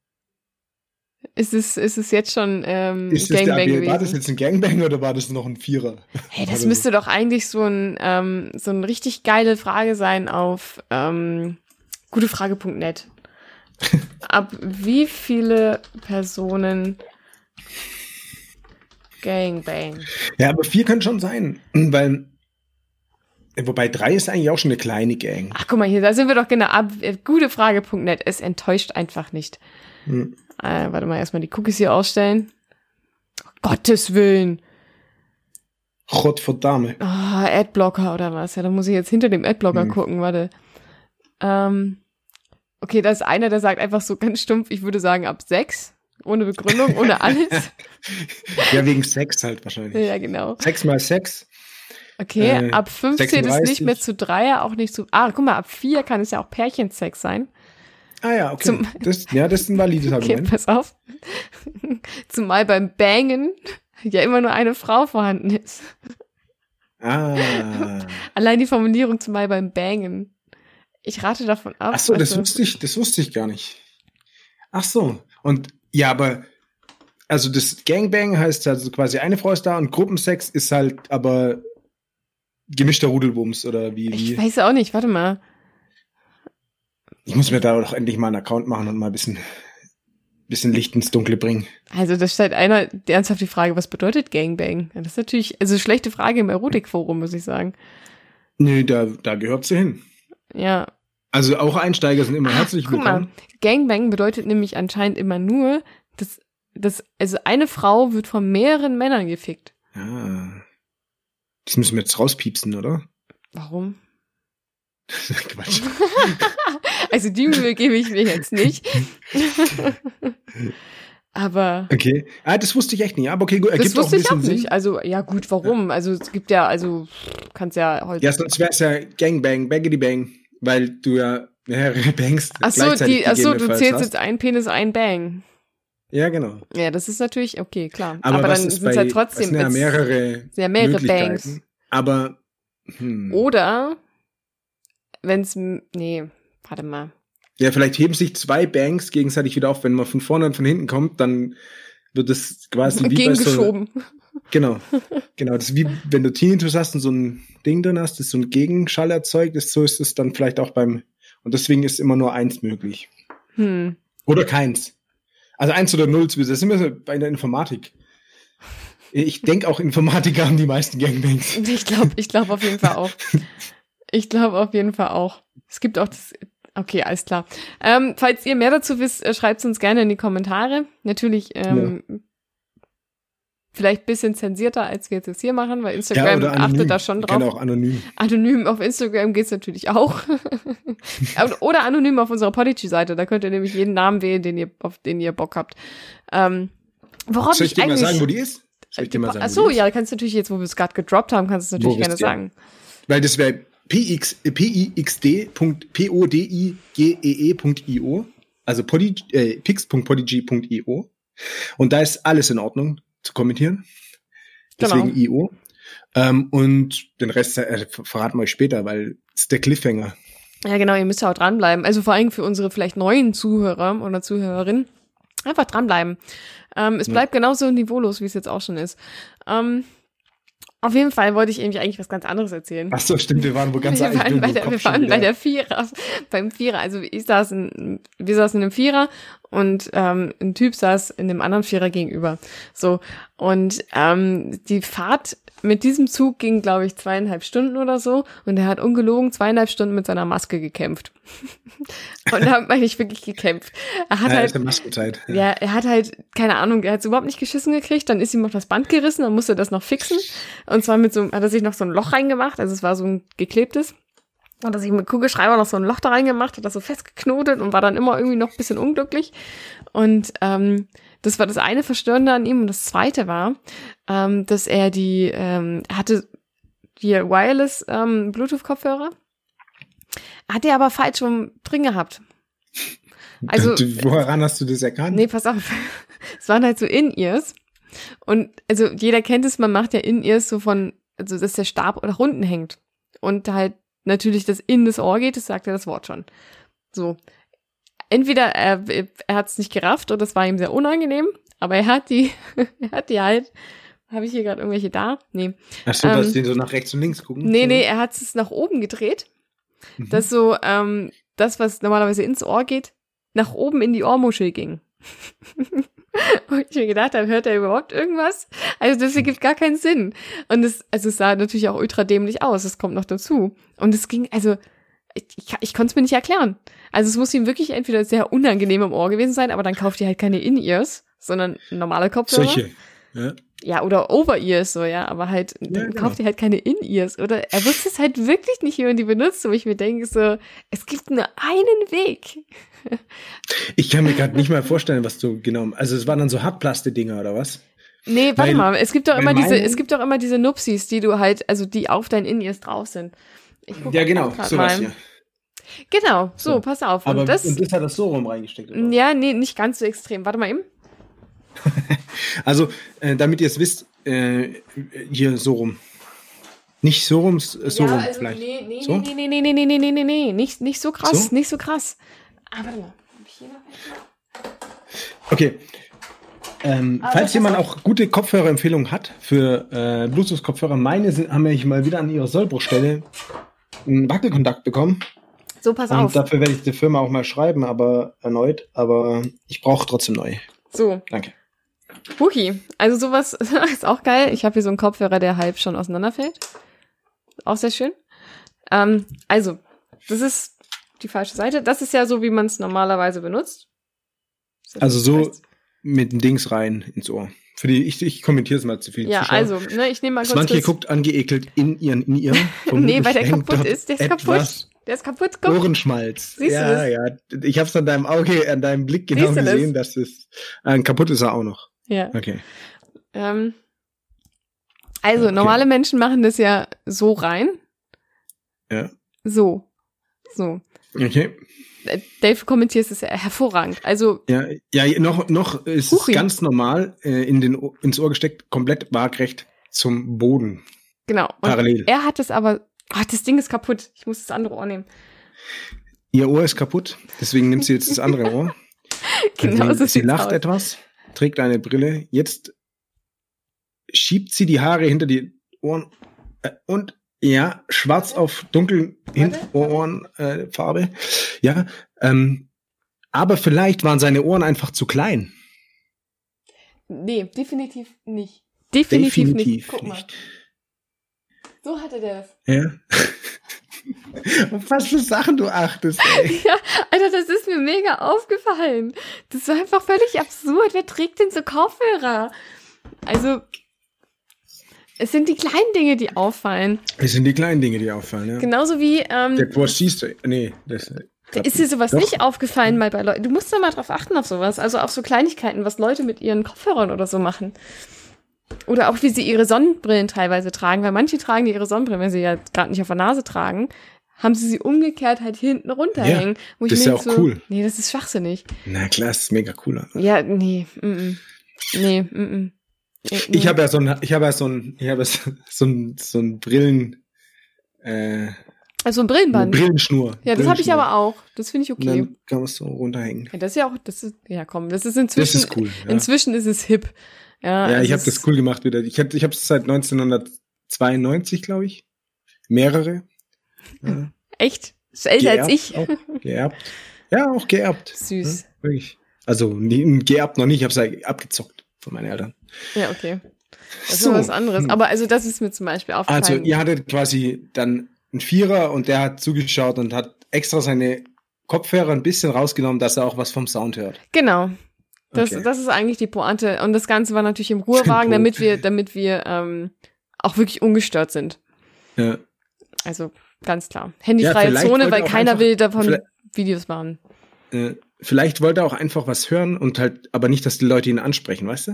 S2: ist es, ist es jetzt schon, ähm,
S3: ist das der,
S2: Gangbang
S3: AB- war das
S2: gewesen?
S3: jetzt ein Gangbang oder war das noch ein Vierer?
S2: Hey, das
S3: Also-
S2: müsste doch eigentlich so ein, ähm, so eine richtig geile Frage sein auf, ähm, gutefrage.net. Ab wie viele Personen Gangbang?
S3: Ja, aber vier können schon sein, weil Wobei drei ist eigentlich auch schon eine kleine Gang.
S2: Ach, guck mal hier, da sind wir doch genau. Ab, äh, gutefrage.net. Es enttäuscht einfach nicht.
S3: Hm.
S2: Äh, warte mal, erstmal die Cookies hier ausstellen. Oh, Gottes Willen.
S3: Gott verdammt.
S2: Oh, Adblocker oder was? Ja, da muss ich jetzt hinter dem Adblocker
S3: Hm.
S2: gucken, warte. Ähm, okay, da ist einer, der sagt einfach so ganz stumpf, ich würde sagen ab sechs. Ohne Begründung, ohne alles.
S3: Ja, wegen Sex halt wahrscheinlich.
S2: ja, genau.
S3: Sechs mal sechs.
S2: Okay,
S3: Äh,
S2: ab 15 ist nicht
S3: 36.
S2: mehr zu Dreier, auch nicht zu. Ah, guck mal, ab 4 kann es ja auch Pärchensex sein.
S3: Ah ja, okay.
S2: Zum-
S3: das, ja, das ist ein valides
S2: Okay,
S3: Argument.
S2: pass auf. Zumal beim Bangen ja immer nur eine Frau vorhanden ist.
S3: Ah.
S2: Allein die Formulierung zumal beim Bangen. Ich rate davon ab.
S3: Ach so, das
S2: also-
S3: wusste ich, das wusste ich gar nicht. Ach so. Und ja, aber also das Gangbang heißt also quasi eine Frau ist da und Gruppensex ist halt aber gemischter Rudelbums oder wie.
S2: Ich
S3: wie.
S2: weiß auch nicht, warte mal.
S3: Ich muss mir da doch endlich mal einen Account machen und mal ein bisschen, bisschen Licht ins Dunkle bringen.
S2: Also da stellt einer ernsthaft die Frage, was bedeutet Gangbang? Ja, Das ist natürlich, also schlechte Frage im Erotikforum, muss ich sagen.
S3: Nö, da, da gehört sie hin.
S2: Ja.
S3: Also auch Einsteiger sind immer
S2: Ah,
S3: herzlich
S2: guck mal,
S3: willkommen.
S2: Gangbang bedeutet nämlich anscheinend immer nur, dass, dass also eine Frau wird von mehreren Männern gefickt.
S3: Ah. Das müssen wir jetzt rauspiepsen, oder?
S2: Warum?
S3: Quatsch.
S2: Also die Mühe gebe ich mir jetzt nicht. Aber
S3: Okay. Ah, das wusste ich echt nicht. Aber okay, gut.
S2: das
S3: ergibt auch
S2: wusste
S3: ein
S2: ich auch
S3: bisschen Sinn.
S2: nicht. Also ja gut, warum? Also es gibt ja, also kannst ja heute.
S3: Ja, sonst wär's ja Gangbang, Bangity Bang, weil du ja mehrere Bangs
S2: ach so,
S3: gleichzeitig
S2: die, ach so, du
S3: gegebenenfalls
S2: zählst
S3: hast.
S2: jetzt ein Penis, ein Bang.
S3: Ja, genau.
S2: Ja, das ist natürlich okay, klar.
S3: Aber, was
S2: dann
S3: ist
S2: sind
S3: bei,
S2: es ja trotzdem
S3: das sind ja
S2: jetzt-
S3: mehrere,
S2: sind ja mehrere
S3: Möglichkeiten.
S2: Bangs.
S3: Aber hm.
S2: Oder wenn's nee, warte mal.
S3: ja, vielleicht heben sich zwei Bangs gegenseitig wieder auf. Wenn man von vorne und von hinten kommt, dann wird das quasi wie bei so
S2: Gegengeschoben.
S3: Genau. Genau. Das ist wie, wenn du Tinnitus hast und so ein Ding drin hast, das so ein Gegenschall erzeugt, ist, so ist es dann vielleicht auch beim, und deswegen ist immer nur eins möglich.
S2: Hm.
S3: Oder keins. Also eins oder null, das sind wir so bei der Informatik. Ich denke auch Informatiker haben die meisten Gangbangs.
S2: Ich glaube, ich glaube auf jeden Fall auch. Ich glaube auf jeden Fall auch. Es gibt auch das. Okay, alles klar. Ähm, falls ihr mehr dazu wisst, äh, schreibt es uns gerne in die Kommentare. Natürlich ähm, vielleicht bisschen zensierter, als wir jetzt das hier machen, weil Instagram achtet da schon drauf.
S3: Genau, auch anonym.
S2: Anonym auf Instagram geht's natürlich auch. Aber- Oder anonym auf unserer Podigy-Seite. Da könnt ihr nämlich jeden Namen wählen, den ihr, auf den ihr Bock habt. Ähm, worauf
S3: Soll ich dir mal
S2: eigentlich. Äh,
S3: sagen, wo die ist? Soll ich dir mal sagen,
S2: Ach
S3: wo
S2: so,
S3: die ist?
S2: ja, kannst du natürlich jetzt, wo wir es gerade gedroppt haben, kannst du es
S3: Wo
S2: natürlich gerne
S3: wisst ihr?
S2: sagen.
S3: Weil das wäre pix, äh, E pixd.podigee.io, also podi, äh, pix.podigee.io. Und da ist alles in Ordnung zu kommentieren.
S2: Genau.
S3: Deswegen IO. Ähm, und den Rest äh, ver- verraten wir euch später, weil es ist der Cliffhanger.
S2: Ja, genau, ihr müsst ja auch dranbleiben. Also vor allem für unsere vielleicht neuen Zuhörer oder Zuhörerinnen. Einfach dranbleiben. Ähm, es
S3: Ja.
S2: bleibt genauso niveaulos, wie es jetzt auch schon ist. Ähm, auf jeden Fall wollte ich irgendwie eigentlich was ganz anderes erzählen.
S3: Ach so, stimmt, wir waren wo ganz
S2: wir waren,
S3: eigentlich
S2: bei
S3: im
S2: der,
S3: Kopf
S2: wir
S3: schon
S2: waren bei
S3: wieder.
S2: der Vierer, beim Vierer. Also ich saß in, wir saßen in einem Vierer und ähm, ein Typ saß in einem anderen Vierer gegenüber. So und ähm, die Fahrt mit diesem Zug ging, glaube ich, zweieinhalb Stunden oder so und er hat ungelogen zweieinhalb Stunden mit seiner Maske gekämpft. und da meine ich wirklich gekämpft. Er hat
S3: ja,
S2: halt
S3: ist der Maskenzeit. Ja.
S2: ja, er hat halt, keine Ahnung, er hat es überhaupt nicht geschissen gekriegt, dann ist ihm noch das Band gerissen, dann musste er das noch fixen. Und zwar mit so, einem- hat er sich noch so ein Loch reingemacht, also es war so ein geklebtes. Und hat sich mit Kugelschreiber noch so ein Loch da reingemacht, hat das so festgeknotet und war dann immer irgendwie noch ein bisschen unglücklich. Und ähm, das war das eine Verstörende an ihm. Und das zweite war, ähm, dass er die, ähm, er hatte hier Wireless ähm, Bluetooth-Kopfhörer, hat er aber falsch rum drin gehabt. Also-
S3: Du- Woran hast du das erkannt?
S2: Nee, pass auf. Es waren halt so In-Ears. Und also jeder kennt es, man macht ja In-Ears so von, also dass der Stab nach unten hängt. Und halt natürlich das in das Ohr geht, das sagt ja das Wort schon. So. Entweder er, er hat es nicht gerafft und das war ihm sehr unangenehm, aber er hat die, er hat die halt. Habe ich hier gerade irgendwelche da? Nee.
S3: Ach so, dass
S2: ähm,
S3: die so nach rechts und links gucken?
S2: Nee,
S3: So.
S2: nee, er hat es nach oben gedreht
S3: Mhm.
S2: dass so ähm, das, was normalerweise ins Ohr geht, nach oben in die Ohrmuschel ging. Und ich mir gedacht habe, hört er überhaupt irgendwas? Also das ergibt gar keinen Sinn. Und es, also es sah natürlich auch ultra dämlich aus, das kommt noch dazu. Und es ging, also ich, ich, ich konnte es mir nicht erklären. Also es muss ihm wirklich entweder sehr unangenehm im Ohr gewesen sein, aber dann kauft ihr halt keine In-Ears, sondern normale Kopfhörer.
S3: Solche. Ja.
S2: Ja, oder Over-Ears so, ja, aber halt, dann
S3: genau.
S2: kauft ihr halt keine In-Ears, oder? Er wusste es halt wirklich nicht, wie man die benutzt, wo ich mir denke, so, es gibt nur einen Weg.
S3: Ich kann mir gerade nicht mal vorstellen, was du genau. Also es waren dann so Hartplaste-Dinger oder was?
S2: Nee, warte
S3: Weil-
S2: mal, es gibt doch
S3: weil
S2: immer diese,
S3: meine-
S2: es gibt doch immer diese Nupsis, die du halt, also die auf deinen In-Ears drauf sind. Ich guck
S3: Ja,
S2: auch
S3: genau,
S2: grad
S3: sowas
S2: mal.
S3: ja.
S2: Genau, so,
S3: So.
S2: pass auf.
S3: Aber
S2: und das, Mhm.
S3: und das hat das so rum reingesteckt. oder?
S2: ja, nee, nicht ganz so extrem. Warte mal eben.
S3: Also, äh, damit ihr es wisst, äh, hier so rum. Nicht so rum, s- so rum vielleicht.
S2: also, nee, nee,
S3: So?
S2: nee, nee, nee, nee, nee, nee, nee, nee, nee, nicht, nicht so krass,
S3: So?
S2: nicht so krass. Ah, warte mal. Hab ich hier noch einen?
S3: Okay. Ähm,
S2: Aber
S3: falls
S2: das
S3: jemand
S2: ist
S3: auch gute Kopfhörerempfehlungen hat für äh, Bluetooth-Kopfhörer, meine sind, haben ja mal wieder an ihrer Sollbruchstelle einen Wackelkontakt bekommen.
S2: So, pass
S3: Und
S2: auf.
S3: dafür werde ich der Firma auch mal schreiben, aber erneut. Aber ich brauche trotzdem neue.
S2: So,
S3: Danke.
S2: Huki. Also sowas ist auch geil. Ich habe hier so einen Kopfhörer, der halb schon auseinanderfällt. Auch sehr schön. Ähm, also, das ist die falsche Seite. Das ist ja so, wie man es normalerweise benutzt.
S3: Also so-
S2: Rechts.
S3: Mit dem Dings rein ins Ohr. Für die, ich, ich kommentiere es mal zu viel.
S2: Ja,
S3: Zuschauer.
S2: also, ne, ich nehme mal kurz.
S3: Manche
S2: das-
S3: guckt angeekelt in ihren, in ihren.
S2: Nee, weil
S3: Vermutlich
S2: der
S3: hängt
S2: kaputt
S3: dort
S2: ist. Der ist
S3: etwas
S2: kaputt. Der ist kaputt. Guck.
S3: Ohrenschmalz.
S2: Siehst du
S3: ja, ja. Ich habe es an deinem Auge, an deinem Blick genau
S2: Siehst du das?
S3: gesehen, dass es äh, kaputt ist er auch noch.
S2: Ja.
S3: Okay.
S2: Ähm, also,
S3: Okay.
S2: normale Menschen machen das ja so rein.
S3: Ja.
S2: So. So.
S3: Okay.
S2: Äh, Dave kommentierst es ja hervorragend. Also,
S3: Ja, ja noch, noch ist es
S2: Huchi.
S3: ganz normal äh, in den, Ohr- ins Ohr gesteckt, komplett waagrecht zum Boden.
S2: genau. Und
S3: Parallel.
S2: er hat es aber. Ah, das Ding ist kaputt. Ich muss das andere Ohr nehmen.
S3: Ihr Ohr ist kaputt, deswegen nimmt sie jetzt das andere Ohr.
S2: Genau so
S3: sie, sie
S2: sieht's
S3: lacht
S2: aus.
S3: etwas, trägt eine Brille. Jetzt schiebt sie die Haare hinter die Ohren äh, und ja, schwarz auf dunkel
S2: Warte.
S3: Hinterohrenfarbe. Äh, Farbe. ja, ähm, aber vielleicht waren seine Ohren einfach zu klein.
S2: Nee, definitiv nicht. Definitiv, nicht. Guck mal. So hatte der das.
S3: Ja. Auf was für Sachen du achtest, ey.
S2: Alter, das ist mir mega aufgefallen. Das war einfach völlig absurd. Wer trägt denn so Kopfhörer? Also, es sind die kleinen Dinge, die auffallen.
S3: Es sind die kleinen Dinge, die auffallen, ja.
S2: Genauso wie,
S3: Der
S2: ähm,
S3: Quatsch siehst du. Nee, das
S2: ist dir sowas
S3: Doch. Mhm.
S2: nicht aufgefallen mal bei Leuten? Du musst da mal drauf achten auf sowas. Also auf so Kleinigkeiten, was Leute mit ihren Kopfhörern oder so machen. Oder auch wie sie ihre Sonnenbrillen teilweise tragen, weil manche tragen die ihre Sonnenbrillen, wenn sie ja gerade nicht auf der Nase tragen, haben sie sie umgekehrt halt hinten runterhängen. wo ich
S3: das ist
S2: mir
S3: ja
S2: denk
S3: auch cool.
S2: Nee, das ist schwachsinnig.
S3: Na klar, das ist mega cool.
S2: Ja, nee, mm, mm. nee, mm, mm. Äh, nee.
S3: Ich habe ja so ein, ich habe ja so ein, ich habe ja so, so ein, so ein Brillen, äh,
S2: also ein
S3: eine
S2: Brillenband.
S3: Brillenschnur.
S2: Ja, das habe ich aber auch. Das finde ich
S3: Und
S2: okay.
S3: dann kann man es so runterhängen.
S2: Ja, das ist ja auch, das ist, ja komm, das ist
S3: Das
S2: inzwischen,
S3: ist cool. Ja,
S2: inzwischen ist es hip. Ja,
S3: ja
S2: also
S3: ich habe
S2: es-
S3: das cool gemacht wieder. Ich habe, ich habe es seit 1992, glaube ich, mehrere ja,
S2: Echt, ist älter als ich.
S3: Auch, geerbt. Ja, auch geerbt.
S2: Süß.
S3: Ja, wirklich. Also nie, geerbt noch nicht. Ich habe es halt abgezockt von meinen Eltern.
S2: Ja, okay. Das ist so. was anderes. Aber also das ist mir zum Beispiel aufgefallen.
S3: Hm. Also ihr hattet quasi dann einen Vierer und der hat zugeschaut und hat extra seine Kopfhörer ein bisschen rausgenommen, dass er auch was vom Sound hört.
S2: Genau. Das,
S3: Okay.
S2: das ist eigentlich die Pointe. Und das Ganze war natürlich im Ruhewagen,
S3: Gut.
S2: damit wir, damit wir ähm, auch wirklich ungestört sind.
S3: Ja.
S2: Also ganz klar. Handyfreie
S3: vielleicht
S2: Zone,
S3: wollte
S2: weil
S3: auch
S2: keiner
S3: einfach-
S2: will davon
S3: vielleicht-
S2: Videos machen.
S3: Äh, vielleicht wollte er auch einfach was hören und halt, aber nicht, dass die Leute ihn ansprechen, weißt du?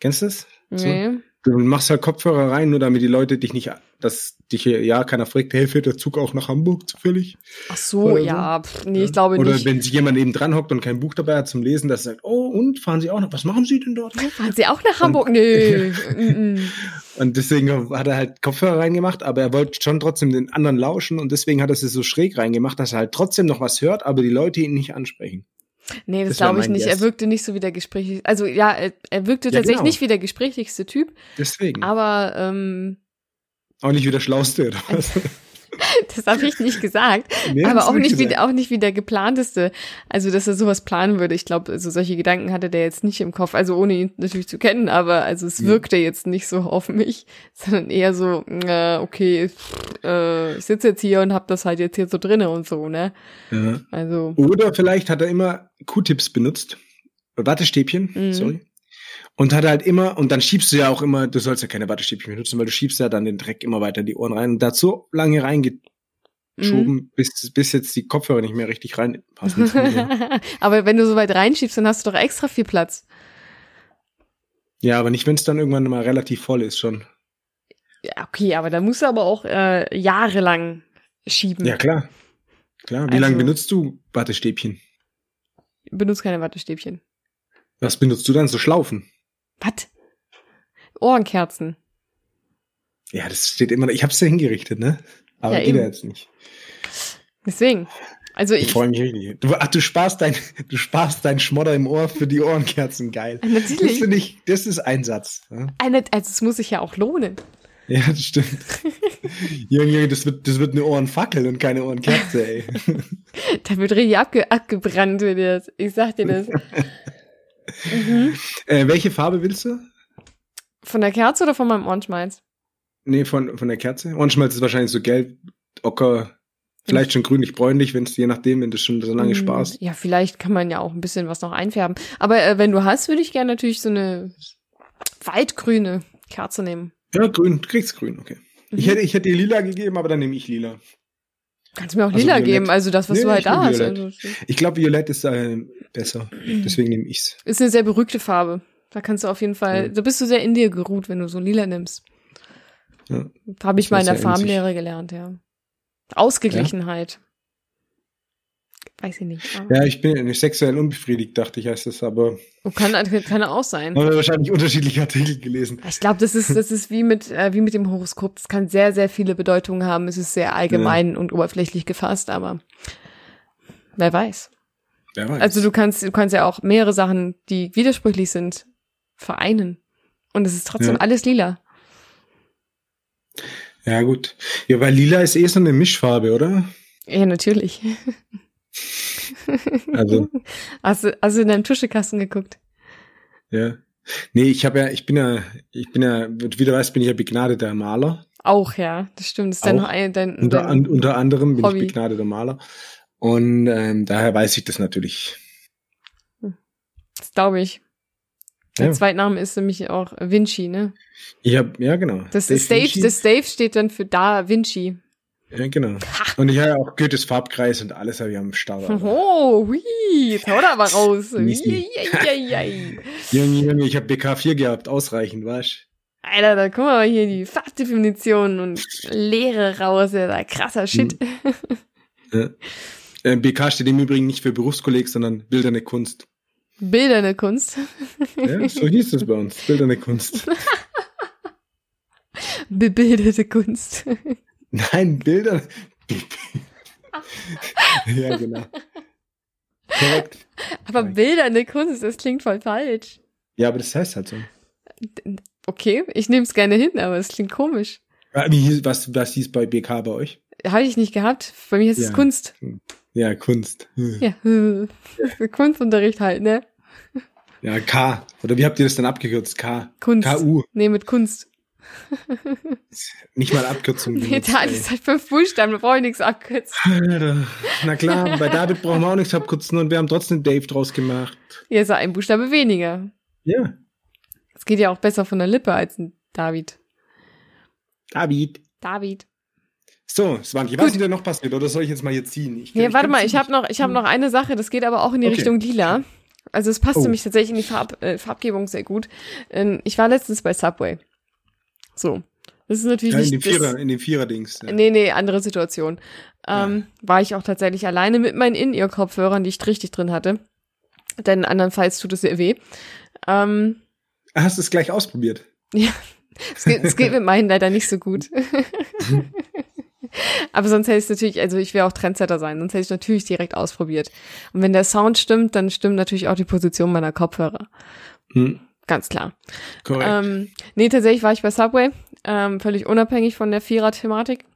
S3: Kennst du das? So.
S2: Nee.
S3: Du machst halt Kopfhörer rein, nur damit die Leute dich nicht, dass dich hier, ja, keiner fragt, hey, fährt der Zug auch nach Hamburg zufällig?
S2: Ach so,
S3: Oder so.
S2: ja. Pff, nee, ich glaube
S3: Oder
S2: nicht.
S3: wenn sich jemand eben dran hockt und kein Buch dabei hat zum Lesen, dass er sagt, oh, und fahren Sie auch noch, was machen Sie denn dort?
S2: Fahren Sie auch nach Hamburg? Nee. mm, mm.
S3: Und deswegen hat er halt Kopfhörer reingemacht, aber er wollte schon trotzdem den anderen lauschen und deswegen hat er es so schräg reingemacht, dass er halt trotzdem noch was hört, aber die Leute ihn nicht ansprechen.
S2: Nee, das,
S3: Das wär
S2: glaube ich
S3: mein
S2: nicht.
S3: Guess.
S2: Er wirkte nicht so wie der gesprächlich. Also ja, er, er wirkte
S3: Ja,
S2: tatsächlich
S3: genau. Hm.
S2: nicht wie der gesprächlichste Typ,
S3: Deswegen.
S2: aber ähm,
S3: Auch nicht wie der Schlauste oder was.
S2: Das habe ich nicht gesagt.
S3: Nee,
S2: aber
S3: hast du
S2: auch nicht, wie,
S3: gesagt.
S2: auch nicht wie der geplanteste. Also, dass er sowas planen würde. Ich glaube, also solche Gedanken hatte der jetzt nicht im Kopf. Also, ohne ihn natürlich zu kennen, aber also es
S3: Mhm.
S2: wirkte jetzt nicht so auf mich, sondern eher so, äh, okay, pff, äh, ich sitze jetzt hier und habe das halt jetzt hier so drinne und so, ne?
S3: Ja.
S2: Also,
S3: Oder vielleicht hat er immer Q-Tips benutzt. Wattestäbchen,
S2: Mhm.
S3: sorry. Und hat halt immer, und dann schiebst du ja auch immer, du sollst ja keine Wattestäbchen benutzen, weil du schiebst ja dann den Dreck immer weiter in die Ohren rein und da hat so lange reingeschoben, Oh,
S2: mhm.
S3: bis, bis jetzt die Kopfhörer nicht mehr richtig reinpassen.
S2: mm. aber wenn du so weit reinschiebst, dann hast du doch extra viel Platz.
S3: ja, aber nicht, wenn es dann irgendwann mal relativ voll ist schon.
S2: Ja, okay, aber da musst du aber auch äh, jahrelang schieben.
S3: Ja, klar. Klar. Wie
S2: Also-
S3: lange benutzt du Wattestäbchen?
S2: Benutzt keine Wattestäbchen.
S3: Was benutzt du dann? So Schlaufen?
S2: Was? Ohrenkerzen.
S3: Ja, das steht immer, ich hab's ja hingerichtet, ne? Aber
S2: Ja,
S3: geht ja
S2: eben.
S3: jetzt nicht.
S2: Deswegen. Also
S3: Ich
S2: ich.
S3: freue mich richtig. Du, ach, du sparst dein, du sparst dein Schmodder im Ohr für die Ohrenkerzen. Geil. Das
S2: Natürlich.
S3: finde ich, das ist Einsatz. Ja,
S2: Eine, also es muss sich ja auch lohnen.
S3: ja das stimmt. Junge, Junge, das wird, das wird eine Ohrenfackel und keine Ohrenkerze, ey.
S2: Da wird richtig abge abgebrannt, wenn ihr das. Ich sag dir das. Mhm.
S3: äh, welche Farbe willst du?
S2: Von der Kerze oder von meinem Ohrenschmalz?
S3: Nee, von, von der Kerze. Ohrenschmalz ist wahrscheinlich so gelb, ocker, vielleicht schon grünlich-bräunlich, wenn es, je nachdem, wenn du schon so lange
S2: Hm,
S3: sparst.
S2: Ja, vielleicht kann man ja auch ein bisschen was noch einfärben. Aber äh, wenn du hast, würde ich gerne natürlich so eine weitgrüne Kerze nehmen.
S3: Ja, grün, kriegst grün, okay. Ich,
S2: Mhm.
S3: hätte, ich hätte dir lila gegeben, aber dann nehme ich lila.
S2: Kannst mir auch
S3: Also
S2: lila
S3: violett.
S2: geben, also das, was
S3: Nee,
S2: du
S3: nee, ich
S2: halt
S3: nehm
S2: da hast.
S3: violett.
S2: Also,
S3: Ich glaube, violett ist äh, besser.
S2: Mhm.
S3: Deswegen nehme ich's.
S2: ist eine sehr berühmte Farbe. Da kannst du auf jeden Fall,
S3: Ja.
S2: da bist du sehr in dir geruht, wenn du so lila nimmst.
S3: Ja.
S2: Habe ich
S3: Das
S2: mal
S3: war
S2: in der
S3: sehr in sich.
S2: Farbenlehre gelernt, ja. Ausgeglichenheit. Weiß ich nicht. aber-
S3: Ja, ich bin ja nicht sexuell unbefriedigt, dachte ich, heißt das, aber
S2: Oh, kann, kann auch sein.
S3: haben wir wahrscheinlich unterschiedliche Artikel gelesen.
S2: Ich glaube, das ist, das ist wie mit, äh, wie mit dem Horoskop. Das kann sehr, sehr viele Bedeutungen haben. Es ist sehr allgemein und oberflächlich gefasst, aber wer weiß.
S3: Wer weiß.
S2: Also du kannst, du kannst ja auch mehrere Sachen, die widersprüchlich sind, vereinen. Und es ist trotzdem
S3: Ja.
S2: alles lila.
S3: ja, gut. Ja, weil lila ist eh so eine Mischfarbe, oder?
S2: Ja, natürlich.
S3: Also,
S2: Hast du, hast du in deinem Tuschekasten geguckt?
S3: ja. Nee, ich habe ja, ich bin ja, ich bin ja, wie du weißt, bin ich ja begnadeter Maler.
S2: Auch, ja. Das stimmt. Das ist dann
S3: Auch.
S2: noch ein, dein,
S3: Unter, an, unter anderem bin
S2: Hobby.
S3: ich begnadeter Maler. Und ähm, daher weiß ich das natürlich.
S2: das glaube ich. Der
S3: Ja.
S2: Zweitname ist nämlich auch Vinci, ne?
S3: Ich hab, ja, genau.
S2: Das
S3: Dave
S2: ist Dave,
S3: Vinci.
S2: das Dave steht dann für Da Vinci.
S3: Ja, genau.
S2: Ha.
S3: Und ich habe ja auch Goethes Farbkreis und alles habe ich am Start. Alter.
S2: Oh, hui, jetzt hau da mal raus.
S3: Nicht nie.
S2: Ui, ui, ui, ui.
S3: Junge, Junge, ich habe BK4 gehabt, ausreichend, weißt
S2: Alter, da guck mal hier die Fachdefinitionen und Lehre raus, ja, da krasser Shit.
S3: Hm. du? Äh, BK steht im Übrigen nicht für Berufskolleg, sondern bildende Kunst.
S2: Bilderne Kunst.
S3: Ja, so hieß es bei uns, bildende Kunst.
S2: Bebilderte Kunst.
S3: Nein, Bilder. ja, genau. Korrekt.
S2: Aber
S3: Korrekt.
S2: bilderne Kunst, das klingt voll falsch.
S3: Ja, aber das heißt halt so.
S2: Okay, ich nehme es gerne hin, aber es klingt komisch.
S3: Äh, Wie hieß, was, was hieß bei BK bei euch?
S2: Habe ich nicht gehabt. Bei mir ist es
S3: Ja.
S2: Kunst.
S3: Ja, Kunst. Hm.
S2: Ja, für Kunstunterricht halt, ne?
S3: Ja, K. Oder wie habt ihr das dann abgekürzt? K.
S2: Kunst.
S3: KU.
S2: Nee, mit Kunst.
S3: Nicht mal Abkürzung.
S2: Nee,
S3: benutzt,
S2: da
S3: ey.
S2: ist halt fünf Buchstaben, da brauche ich nichts abkürzen.
S3: Alter. Na klar, bei David brauchen wir auch nichts abkürzen und wir haben trotzdem Dave draus gemacht.
S2: Hier ist ja ein Buchstabe weniger.
S3: Ja.
S2: Es geht ja auch besser von der Lippe als ein David.
S3: David.
S2: David.
S3: So, Swanky, was ist denn noch passiert? Oder soll ich jetzt mal hier ziehen? Ich,
S2: Nee, warte
S3: kann
S2: mal,
S3: ziehen.
S2: ich habe noch, ich hab noch eine Sache, das geht aber auch in die
S3: Okay.
S2: Richtung lila. Also es passt
S3: Oh.
S2: nämlich tatsächlich in die Farb, äh, Farbgebung sehr gut. Ähm, ich war letztens bei Subway. So. Das ist natürlich
S3: Ja, in
S2: nicht.
S3: dem
S2: das-
S3: Vierer, in dem Vierer-Dings. Ja.
S2: Nee, nee, andere Situation. Ähm, War ich auch tatsächlich alleine mit meinen In-Ear-Kopfhörern, die ich richtig drin hatte. Denn andernfalls tut es sehr weh. Ähm,
S3: Ah, Hast du es gleich ausprobiert?
S2: Es geht, es geht mit meinen leider nicht so gut. Aber sonst hätte ich natürlich, also ich wäre auch Trendsetter sein, sonst hätte ich natürlich direkt ausprobiert. Und wenn der Sound stimmt, dann stimmt natürlich auch die Position meiner Kopfhörer.
S3: Hm,
S2: Ganz klar.
S3: korrekt.
S2: Ähm, nee, tatsächlich war ich bei Subway, ähm, völlig unabhängig von der Vierer-Thematik.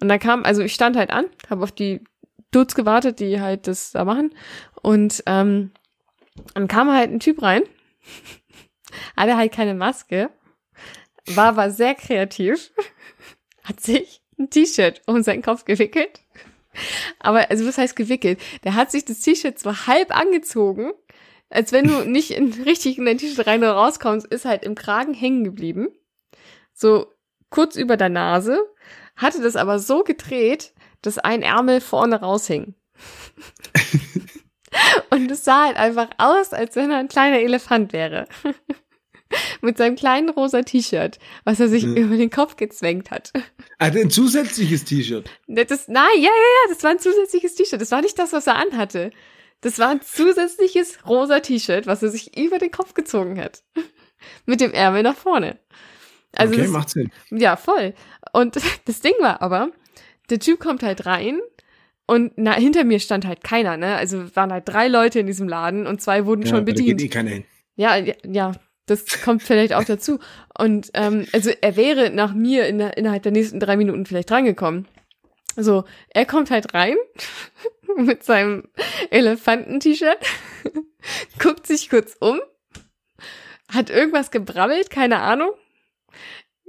S2: Und dann kam, also ich stand halt an, habe auf die Dudes gewartet, die halt das da machen. Und ähm, dann kam halt ein Typ rein, hatte halt keine Maske, war aber sehr kreativ, hat sich ein T-Shirt um seinen Kopf gewickelt. Aber, also was heißt gewickelt? Der hat sich das T-Shirt so halb angezogen, als wenn du nicht in, richtig in dein T-Shirt rein oder rauskommst, ist halt im Kragen hängen geblieben. So kurz über der Nase, hatte das aber so gedreht, dass ein Ärmel vorne raushing. Und es sah halt einfach aus, als wenn er ein kleiner Elefant wäre. Mit seinem kleinen rosa T-Shirt, was er sich
S3: Ja.
S2: über den Kopf gezwängt hat.
S3: Also ein zusätzliches T-Shirt.
S2: Ne, Das, nein, ja, ja, ja, das war ein zusätzliches T-Shirt. Das war nicht das, was er anhatte. Das war ein zusätzliches rosa T-Shirt, was er sich über den Kopf gezogen hat. Mit dem Ärmel nach vorne. Also
S3: okay,
S2: das,
S3: macht Sinn.
S2: ja, voll. Und das Ding war aber, der Typ kommt halt rein und na, hinter mir stand halt keiner, ne? Also waren halt drei Leute in diesem Laden und zwei wurden
S3: Ja,
S2: schon
S3: da geht eh
S2: bedient.
S3: keiner hin.
S2: Ja, ja, ja, das kommt vielleicht auch dazu. Und ähm, also er wäre nach mir in, innerhalb der nächsten drei Minuten vielleicht rangekommen. So, er kommt halt rein mit seinem Elefanten-T-Shirt, guckt sich kurz um, hat irgendwas gebrabbelt, keine Ahnung,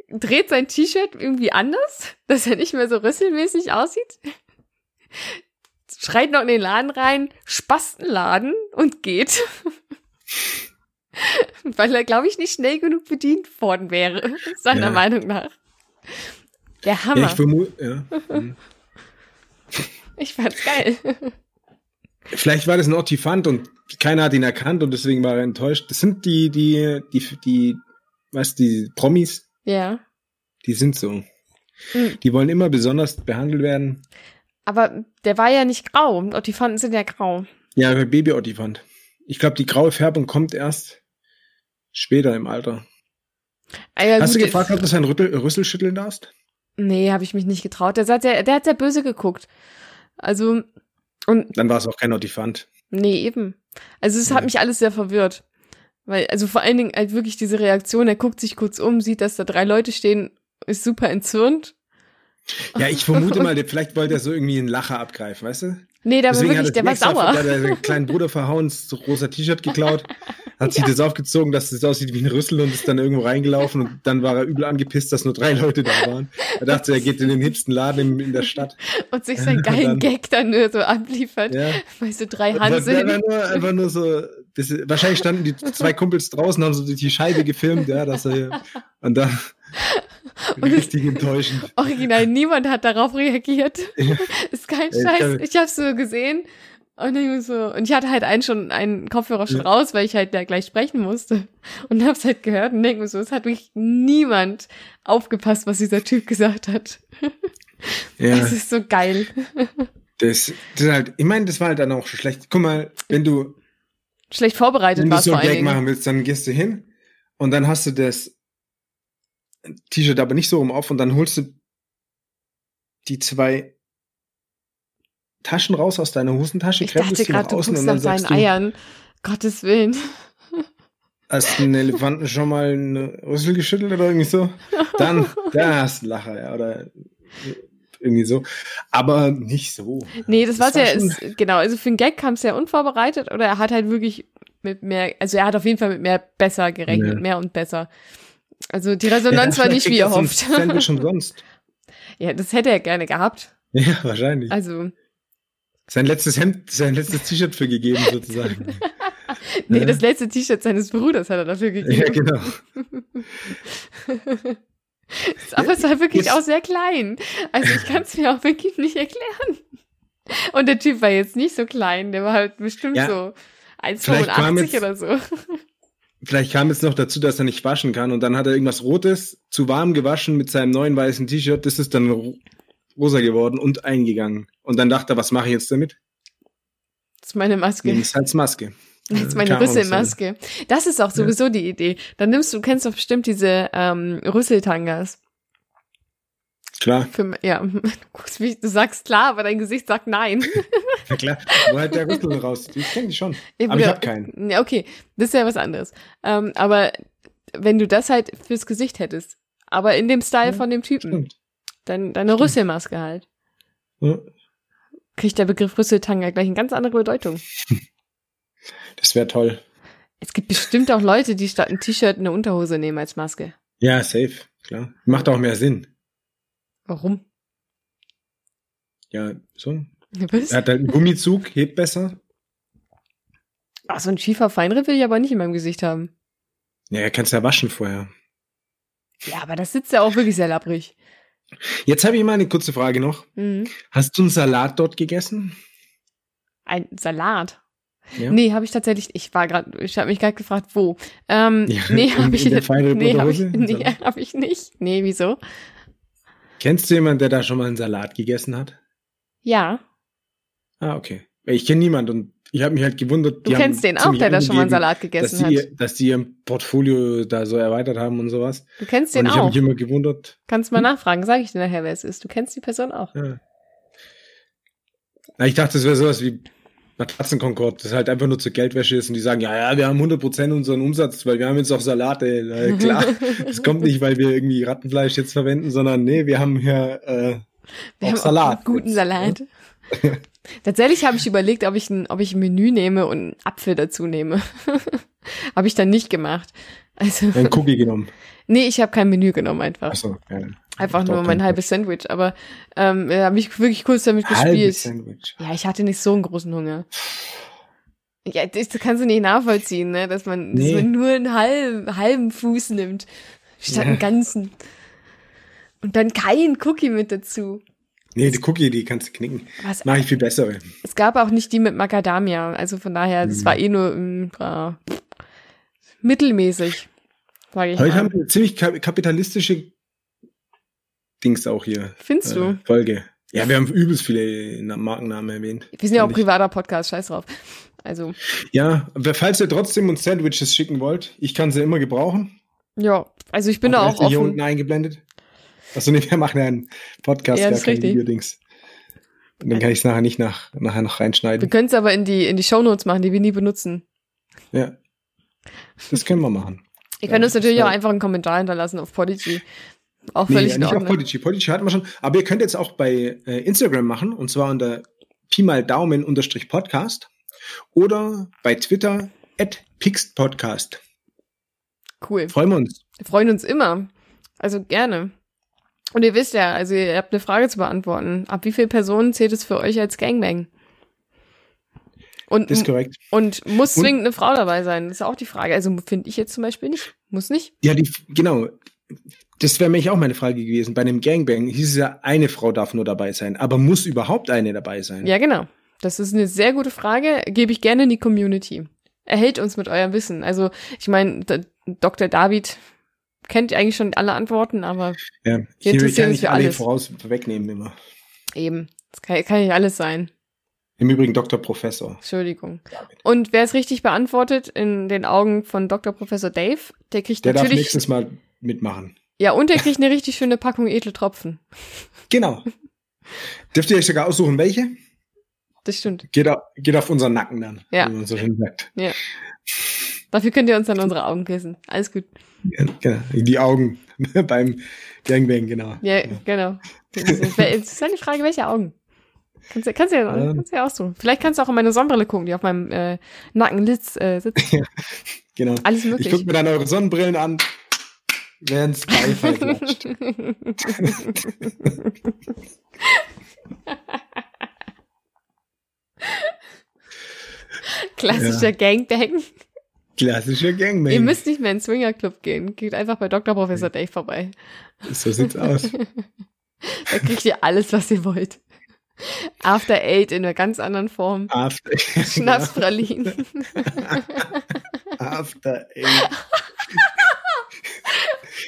S2: dreht sein T-Shirt irgendwie anders, dass er nicht mehr so rüsselmäßig aussieht, schreit noch in den Laden rein, Spastenladen und geht. Weil er, glaube ich, nicht schnell genug bedient worden wäre, seiner
S3: Ja.
S2: Meinung nach. Der Hammer.
S3: Ja, ich vermute, ja. Mhm.
S2: Ich fand's geil.
S3: Vielleicht war das ein Ottifant und keiner hat ihn erkannt und deswegen war er enttäuscht. Das sind die, die, die, die, was, die Promis,
S2: Ja.
S3: die sind so.
S2: Mhm.
S3: Die wollen immer besonders behandelt werden.
S2: Aber der war ja nicht grau. Und die Fanden sind ja grau.
S3: Ja, bei Baby-Ottifant. Ich glaube, die graue Färbung kommt erst später im Alter.
S2: Ah, ja,
S3: Hast du
S2: gut,
S3: gefragt, ob du sein Rüttel, Rüssel schütteln darfst?
S2: Nee, habe ich mich nicht getraut. Der, hat sehr, der hat sehr böse geguckt. Also, und
S3: Dann war es auch kein Ottifant.
S2: nee, eben. Also es hat
S3: Ja.
S2: mich alles sehr verwirrt. Weil, also vor allen Dingen halt wirklich diese Reaktion, er guckt sich kurz um, sieht, dass da drei Leute stehen, ist super entzürnt.
S3: Ja, ich vermute mal, der- vielleicht wollte er so irgendwie einen Lacher abgreifen, weißt du?
S2: Nee, der war
S3: Deswegen
S2: wirklich,
S3: hat er
S2: der war
S3: extra-
S2: sauer.
S3: hat er seinen kleinen Bruder verhauen, so rosa T-Shirt geklaut, hat sich das aufgezogen, dass es aussieht wie ein Rüssel und ist dann irgendwo reingelaufen und dann war er übel angepisst, dass nur drei Leute da waren. Er dachte, er geht in den hipsten Laden in, in der Stadt.
S2: Und sich seinen
S3: Dann-
S2: geilen Gag dann nur so abliefert.
S3: Ja.
S2: Weil so drei
S3: Das war
S2: Hanseln.
S3: Einfach nur, einfach nur so, das, wahrscheinlich standen die zwei Kumpels draußen, haben so die, die Scheibe gefilmt, ja, dass er, und dann richtig enttäuschend.
S2: Original, niemand hat darauf reagiert.
S3: Ja.
S2: Ist kein
S3: Ja, ich
S2: Scheiß.
S3: kann-
S2: Ich hab's so gesehen. Und ich, so, und ich hatte halt einen schon einen Kopfhörer schon
S3: Ja.
S2: raus, weil ich halt da gleich sprechen musste. Und hab's halt gehört und denk mir so, es hat wirklich niemand aufgepasst, was dieser Typ gesagt hat.
S3: Ja,
S2: Das ist so geil.
S3: das, das ist halt, ich meine, das war halt dann auch schlecht. Guck mal, wenn du,
S2: Schlecht vorbereitet
S3: wenn du
S2: war es
S3: so
S2: vor
S3: einen
S2: allen
S3: Gag
S2: Dingen.
S3: machen willst, dann gehst du hin und dann hast du das T-Shirt aber nicht so rum auf und dann holst du die zwei Taschen raus aus deiner Hosentasche,
S2: Ich dachte
S3: krempelst die
S2: gerade,
S3: nach
S2: du
S3: außen
S2: guckst
S3: und
S2: nach
S3: dann
S2: seinen
S3: sagst du,
S2: Eiern. Gottes Willen.
S3: Hast du einen Elefanten schon mal einen Rüssel geschüttelt oder irgendwie so? Dann, dann hast du einen Lacher, ja, oder irgendwie so. Aber nicht so.
S2: Nee, das,
S3: Das
S2: war's
S3: war
S2: ja, ist, genau. Also für einen Gag kam es ja unvorbereitet oder er hat halt wirklich mit mehr, also er hat auf jeden Fall mit mehr besser gerechnet,
S3: Nee.
S2: mehr und besser. Also die Resonanz war nicht wie
S3: Vielleicht kriegt
S2: erhofft.
S3: das ein Sandwich umsonst.
S2: ja, das hätte er gerne gehabt.
S3: Ja, wahrscheinlich.
S2: Also,
S3: Sein letztes Hemd, sein letztes T-Shirt für gegeben, sozusagen.
S2: nee,
S3: Ja.
S2: das letzte T-Shirt seines Bruders hat er dafür
S3: ja,
S2: gegeben.
S3: genau.
S2: Aber es war wirklich
S3: Jetzt-
S2: auch sehr klein. Also ich kann es mir auch wirklich nicht erklären. Und der Typ war jetzt nicht so klein, der war halt bestimmt
S3: Ja.
S2: so
S3: Vielleicht kam
S2: 1,85
S3: jetzt-
S2: oder so.
S3: Vielleicht kam jetzt noch dazu, dass er nicht waschen kann und dann hat er irgendwas Rotes zu warm gewaschen mit seinem neuen weißen T-Shirt. Das ist dann ro- rosa geworden und eingegangen. Und dann dachte er, was mache ich jetzt damit?
S2: Das ist meine Maske.
S3: Nehme es als Maske.
S2: Jetzt
S3: Ja,
S2: meine
S3: keine Ahnung,
S2: Rüsselmaske. Das ist auch
S3: Äh, Ja.
S2: sowieso die Idee. Dann nimmst du, kennst doch bestimmt diese ähm, Rüsseltangas.
S3: Klar.
S2: Für, ja, du, guckst mich, du sagst klar, aber dein Gesicht sagt nein.
S3: Ja klar, wo halt der Rüssel raus? Ich kenne die schon. Aber ich
S2: Ja,
S3: habe keinen.
S2: Ja, okay, das ist ja was anderes. Ähm, aber wenn du das halt fürs Gesicht hättest, aber in dem Style
S3: Ja,
S2: von dem Typen,
S3: Stimmt.
S2: Dein, deine Rüsselmaske halt.
S3: Ja.
S2: Kriegt der Begriff Rüsseltanga gleich eine ganz andere Bedeutung.
S3: Das wäre toll.
S2: Es gibt bestimmt auch Leute, die statt ein T-Shirt eine Unterhose nehmen als Maske.
S3: Ja, safe, klar. Macht auch mehr Sinn.
S2: Warum?
S3: Ja, so.
S2: Was?
S3: Er hat halt einen Gummizug, hebt besser.
S2: Ach, so ein schiefer Feinripp will ich aber nicht in meinem Gesicht haben.
S3: Ja, er kann's ja waschen vorher.
S2: Ja, aber das sitzt ja auch wirklich sehr labbrig.
S3: Jetzt habe ich mal eine kurze Frage noch.
S2: Mhm.
S3: Hast du einen Salat dort gegessen?
S2: Ein Salat.
S3: Ja.
S2: Nee, habe ich tatsächlich. Ich war gerade, ich habe mich gerade gefragt, wo. Ähm,
S3: Ja,
S2: nee,
S3: in-
S2: habe ich,
S3: in der Feinripp
S2: nee, hab ich,
S3: Unterhose?
S2: nee,
S3: Salat.
S2: hab ich nicht. Nee, wieso?
S3: Kennst du jemanden, der da schon mal einen Salat gegessen hat?
S2: Ja,
S3: Ah, okay. Ich kenne niemanden und ich habe mich halt gewundert.
S2: du
S3: die haben
S2: kennst den auch,
S3: ziemlich
S2: der da schon mal einen
S3: angegeben,
S2: Salat
S3: dass
S2: gegessen
S3: die,
S2: hat.
S3: ihr- dass die ihr Portfolio da so erweitert haben und sowas.
S2: Du kennst den
S3: und ich habe
S2: auch.
S3: mich immer gewundert.
S2: Kannst mal nachfragen, sage ich dir nachher, wer es ist. Du kennst die Person auch.
S3: Ja. Na, ich dachte, das wäre sowas wie Matratzenkonkord, das halt einfach nur zur Geldwäsche ist und die sagen, ja, ja, wir haben 100% unseren Umsatz, weil wir haben jetzt auch Salate. Äh, klar, das kommt nicht, weil wir irgendwie Rattenfleisch jetzt verwenden, sondern nee, wir haben hier äh, auch
S2: Wir haben
S3: Salat.
S2: Auch guten
S3: jetzt,
S2: Salat. Tatsächlich habe ich überlegt, ob ich, ein, ob ich ein Menü nehme und einen Apfel dazu nehme. habe ich dann nicht gemacht. Also,
S3: Ne? Einen Cookie genommen.
S2: nee, ich habe kein Menü genommen einfach.
S3: Achso, ja.
S2: Einfach
S3: Macht auch
S2: nur mein
S3: keinen
S2: halbes Sandwich. Aber ähm, da habe ich wirklich kurz damit
S3: Halbes
S2: gespielt.
S3: Sandwich.
S2: Ja, ich hatte nicht so einen großen Hunger. Ja, das das kannst du nicht nachvollziehen, ne? dass, man,
S3: Nee.
S2: dass man nur einen halben, halben Fuß nimmt, statt
S3: Ja.
S2: einen ganzen. Und dann keinen Cookie mit dazu.
S3: Nee, die Cookie, die kannst du knicken.
S2: Was
S3: Mache ich viel bessere.
S2: Es gab auch nicht die mit Macadamia. Also von daher, das
S3: Mhm.
S2: war eh nur mm, äh, mittelmäßig, sage ich
S3: Heute
S2: mal.
S3: haben wir ziemlich ka- kapitalistische Dings auch hier.
S2: Findest du?
S3: Äh, Folge. Ja, wir haben übelst viele äh, Na- Markennamen erwähnt.
S2: Wir sind ja auch ein
S3: Fand ich-
S2: privater Podcast, scheiß drauf. Also,
S3: Ja, aber falls ihr trotzdem uns Sandwiches schicken wollt, ich kann sie immer gebrauchen.
S2: ja, also ich bin da auch
S3: Adresse Hier unten
S2: offen.
S3: eingeblendet. Achso, nee, wir machen ja einen Podcast,
S2: Ja,
S3: gar
S2: das ist
S3: kein
S2: richtig.
S3: Videodings. Und dann kann ich es nachher nicht nach, nachher noch
S2: Wir
S3: reinschneiden.
S2: können es aber in die, in die Shownotes machen, die wir nie benutzen.
S3: Ja. Das können wir machen.
S2: Ihr
S3: Ja,
S2: könnt uns
S3: das
S2: natürlich
S3: ist
S2: auch
S3: ja-
S2: einfach einen Kommentar hinterlassen auf Podigy. Auch
S3: Nee,
S2: völlig
S3: ja,
S2: in
S3: nicht auf
S2: Ordnung.
S3: Podigy. Podigy hatten wir schon. Aber ihr könnt jetzt auch bei äh, Instagram machen, und zwar unter Pi mal Daumen unterstrich Podcast oder bei Twitter at Pixpodcast.
S2: Cool.
S3: Freuen wir uns.
S2: Wir freuen uns immer. Also gerne. Und ihr wisst ja, also ihr habt eine Frage zu beantworten. Ab wie viel Personen zählt es für euch als Gangbang? Und
S3: Das ist korrekt.
S2: Und muss
S3: Und-
S2: zwingend eine Frau dabei sein? Das ist auch die Frage. Also finde ich jetzt zum Beispiel nicht. Muss nicht.
S3: Ja, die, genau. Das wäre mich auch meine Frage gewesen. Bei einem Gangbang hieß es ja, eine Frau darf nur dabei sein. Aber muss überhaupt eine dabei sein?
S2: Ja, genau. Das ist eine sehr gute Frage. Gebe ich gerne in die Community. Erhält uns mit eurem Wissen. Also, ich meine, D- Dr. David kennt eigentlich schon alle Antworten, aber
S3: Ja,
S2: Wir
S3: Hier
S2: interessieren
S3: kann
S2: uns
S3: ich
S2: für
S3: alle
S2: alles.
S3: voraus wegnehmen immer.
S2: eben. Das kann, kann nicht alles sein.
S3: Im Übrigen Dr. Professor.
S2: Entschuldigung.
S3: David.
S2: Und wer es richtig beantwortet, in den Augen von Dr. Professor Dave, der kriegt
S3: Der darf
S2: natürlich.
S3: nächstes Mal mitmachen.
S2: Ja, und der kriegt eine richtig schöne Packung edle Tropfen.
S3: Genau. Dürft ihr euch sogar aussuchen, welche?
S2: Das stimmt.
S3: Geht, au- geht auf unseren Nacken dann,
S2: Ja.
S3: wie man so schön sagt.
S2: Dafür könnt ihr uns dann unsere Augen küssen. Alles gut.
S3: Ja, genau. Die Augen beim Gangbang, genau.
S2: Ja, genau. Das ist das ist eine Frage, welche Augen? Kannst, du- kannst du ja,
S3: Ähm.
S2: kannst du ja aussuchen. Vielleicht kannst du auch in meine Sonnenbrille gucken, die auf meinem äh, Nacken litz, äh, sitzt.
S3: genau.
S2: Alles
S3: Ich gucke
S2: möglich.
S3: mir dann eure Sonnenbrillen an, während's Beifall klatscht.
S2: Klassischer Gangbang.
S3: Klassischer Gangbang.
S2: Ihr müsst nicht mehr in den Swingerclub gehen. Geht einfach bei Dr. Professor Dave vorbei.
S3: so sieht's aus.
S2: Da kriegt ihr alles, was ihr wollt. After Eight in einer ganz anderen Form.
S3: After,
S2: Schnapspralinen.
S3: After Eight.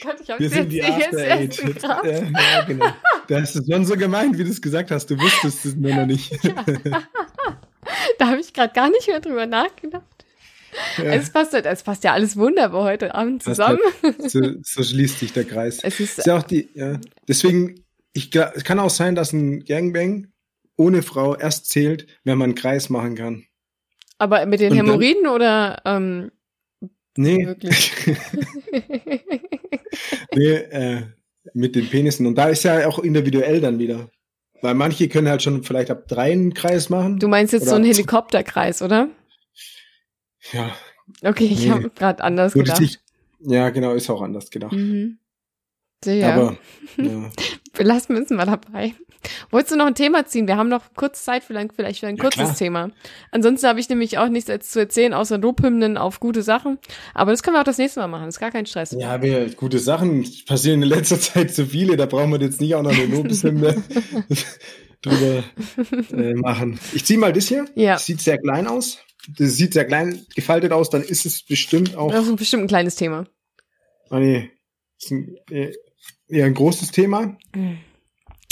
S2: Gott, ich hab's
S3: Wir sind
S2: jetzt-
S3: die
S2: jetzt
S3: After
S2: erst
S3: Eight. Jetzt,
S2: gerafft.
S3: ja, ja, genau. Das ist schon so gemeint, wie du es gesagt hast. Du wusstest es nur noch nicht.
S2: Da habe ich gerade gar nicht mehr drüber nachgedacht.
S3: Ja.
S2: Es passt, halt- es passt ja alles wunderbar heute Abend
S3: Passt
S2: zusammen.
S3: halt So, so schließt sich der Kreis.
S2: Es ist
S3: Ist ja auch die, ja. Deswegen, ich, gla- es kann auch sein, dass ein Gangbang ohne Frau erst zählt, wenn man einen Kreis machen kann.
S2: aber mit den
S3: Und dann-
S2: Hämorrhoiden oder ähm,
S3: Nee,
S2: wirklich.
S3: nee äh, mit den Penissen. Und da ist ja auch individuell dann wieder. Weil manche können halt schon vielleicht ab drei einen Kreis machen.
S2: Du meinst jetzt
S3: Oder-
S2: so einen Helikopterkreis, oder?
S3: ja,
S2: Okay, ich
S3: Nee.
S2: habe gerade anders
S3: gut, ist
S2: gedacht.
S3: nicht, ja, genau, ist auch anders gedacht.
S2: Mhm. Sehr.
S3: Aber ja.
S2: Belassen wir uns mal dabei. Wolltest du noch ein Thema ziehen? Wir haben noch kurz Zeit für ein, vielleicht für ein
S3: Ja,
S2: kurzes
S3: klar.
S2: Thema. Ansonsten habe ich nämlich auch nichts als zu erzählen, außer Lobhymnen auf gute Sachen. Aber das können wir auch das nächste Mal machen. Ist gar kein Stress.
S3: ja, wir, gute Sachen passieren in letzter Zeit so viele, da brauchen wir jetzt nicht auch noch eine Lobeshymne drüber äh, machen. Ich zieh mal das hier.
S2: Ja.
S3: Sieht sehr klein aus. Das sieht sehr klein gefaltet aus, dann ist es bestimmt auch.
S2: Das ist bestimmt ein kleines Thema.
S3: Ah, nee. Ist ein, äh, eher ein großes Thema.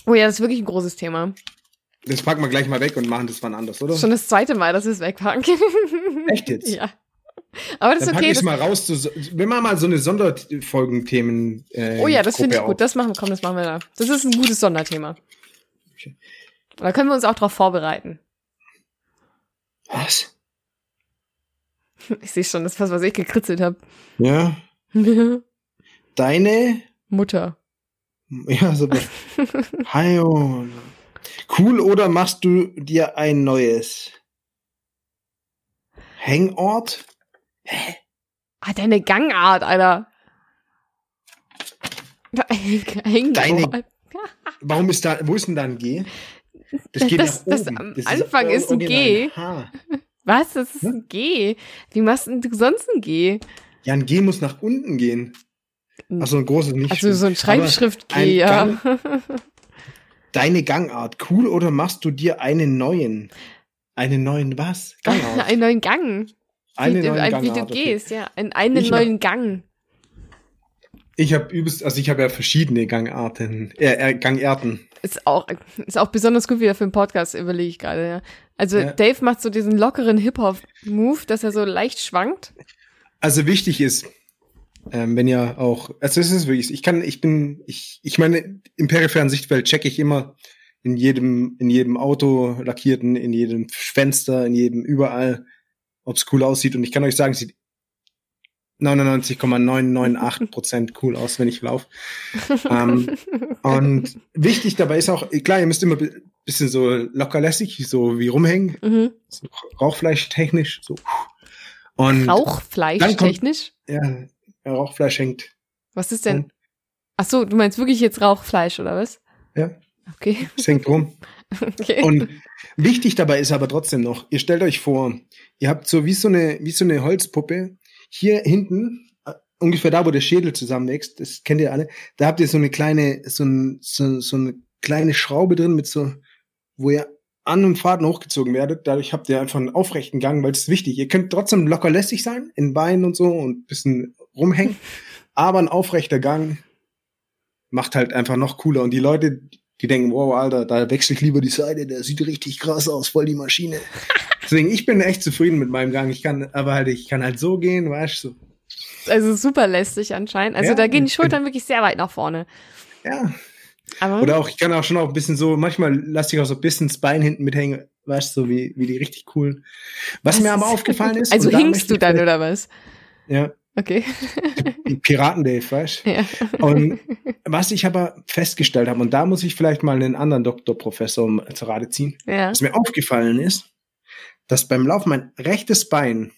S2: Oh ja, das ist wirklich ein großes Thema.
S3: Das packen wir gleich mal weg und machen das wann anders, oder?
S2: Schon das zweite Mal, dass wir es wegpacken.
S3: Echt jetzt?
S2: Ja. Aber
S3: Dann
S2: das ist
S3: packen
S2: okay.
S3: wir es
S2: Das,
S3: mal raus. Zu, so- wir machen mal so eine Sonderfolgenthemen. Äh,
S2: oh ja, das finde ich
S3: Gruppe
S2: gut. Das machen wir, komm, das machen wir da. Das ist ein gutes Sonderthema. Da können wir uns auch drauf vorbereiten.
S3: auf. Was?
S2: Ich sehe schon, das ist was, was ich gekritzelt
S3: Ja.
S2: habe.
S3: Deine.
S2: Mutter.
S3: Ja, so. Hajo. Cool oder machst du dir ein neues? Hangort?
S2: Ah, deine Gangart, Alter. Hängt
S3: Deine-
S2: drauf.
S3: Warum ist da, wo ist denn da ein G?
S2: Das- das am Anfang ist ein G.
S3: original H.
S2: Was? Das ist
S3: Ja.
S2: ein G. Wie machst denn du sonst ein G?
S3: Ja, ein G muss nach unten gehen.
S2: Hm.
S3: Achso, ein großes nicht.
S2: Also so ein
S3: Aber-
S2: Schreibschrift-G,
S3: ein
S2: ja.
S3: Deine Gangart, cool oder machst du dir einen neuen? Einen neuen was? Gangart.
S2: einen neuen Gang.
S3: Eine
S2: wie,
S3: neue
S2: ein, wie du
S3: Gangart. okay.
S2: gehst, ja. Ein, einen
S3: Ich mach-
S2: neuen Gang.
S3: Ich habe übelst, also ich habe ja verschiedene Gangarten, äh, äh, Gangarten.
S2: Ist auch, ist auch besonders gut wieder für den Podcast, überlege ich gerade, ja. Also
S3: Ja.
S2: Dave macht so diesen lockeren Hip-Hop-Move, dass er so leicht schwankt.
S3: Also wichtig ist, ähm, wenn ihr auch, also es ist wirklich, ich kann, ich bin, ich, ich meine, im peripheren Sichtfeld checke ich immer in jedem, in jedem Auto lackierten, in jedem Fenster, in jedem überall, ob's cool aussieht. Und ich kann euch sagen, es sieht 99,998 Prozent cool aus, wenn ich laufe. Ähm, und wichtig dabei ist auch, klar, ihr müsst immer ein bisschen so lockerlässig, so wie rumhängen,
S2: Mhm.
S3: so Rauchfleisch-technisch, so. Und
S2: Rauchfleisch
S3: dann kommt-
S2: technisch.
S3: ja, ja, Rauchfleisch hängt.
S2: Was ist denn? Ach so, du meinst wirklich jetzt Rauchfleisch oder was?
S3: Ja.
S2: Okay.
S3: Es hängt rum.
S2: okay.
S3: Und wichtig dabei ist aber trotzdem noch, ihr stellt euch vor, ihr habt so wie so eine, wie so eine Holzpuppe hier hinten, äh, ungefähr da, wo der Schädel zusammenwächst, das kennt ihr alle, da habt ihr so eine kleine, so, ein, so, so eine kleine Schraube drin mit so, wo ihr an einem Faden hochgezogen werdet. Dadurch habt ihr einfach einen aufrechten Gang, weil das ist wichtig. Ihr könnt trotzdem locker lässig sein, in Beinen und so und ein bisschen rumhängen. Aber ein aufrechter Gang macht halt einfach noch cooler. Und die Leute, die denken, wow, Alter, da wechsle ich lieber die Seite, der sieht richtig krass aus, voll die Maschine. Deswegen, ich bin echt zufrieden mit meinem Gang. Ich kann, aber halt, ich kann halt so gehen, weißt du, so.
S2: also super lästig anscheinend. Also
S3: Ja,
S2: da gehen die
S3: ich-
S2: Schultern wirklich sehr weit nach vorne.
S3: ja.
S2: Aber
S3: Oder auch, ich kann auch schon auch ein bisschen so, manchmal lasse ich auch so ein bisschen das Bein hinten mithängen, weißt du, so wie, wie die richtig coolen. Was
S2: Das
S3: mir aber
S2: ist-
S3: aufgefallen ist.
S2: also
S3: und da
S2: hinkst
S3: möchte
S2: du
S3: ich
S2: dann
S3: vielleicht-
S2: oder was?
S3: Ja,
S2: Okay.
S3: die Piraten-Dave, weißt du.
S2: Ja.
S3: Und was ich aber festgestellt habe, und da muss ich vielleicht mal einen anderen Doktorprofessor um zu Rate ziehen,
S2: ja.
S3: Was mir aufgefallen ist, dass beim Laufen mein rechtes Bein,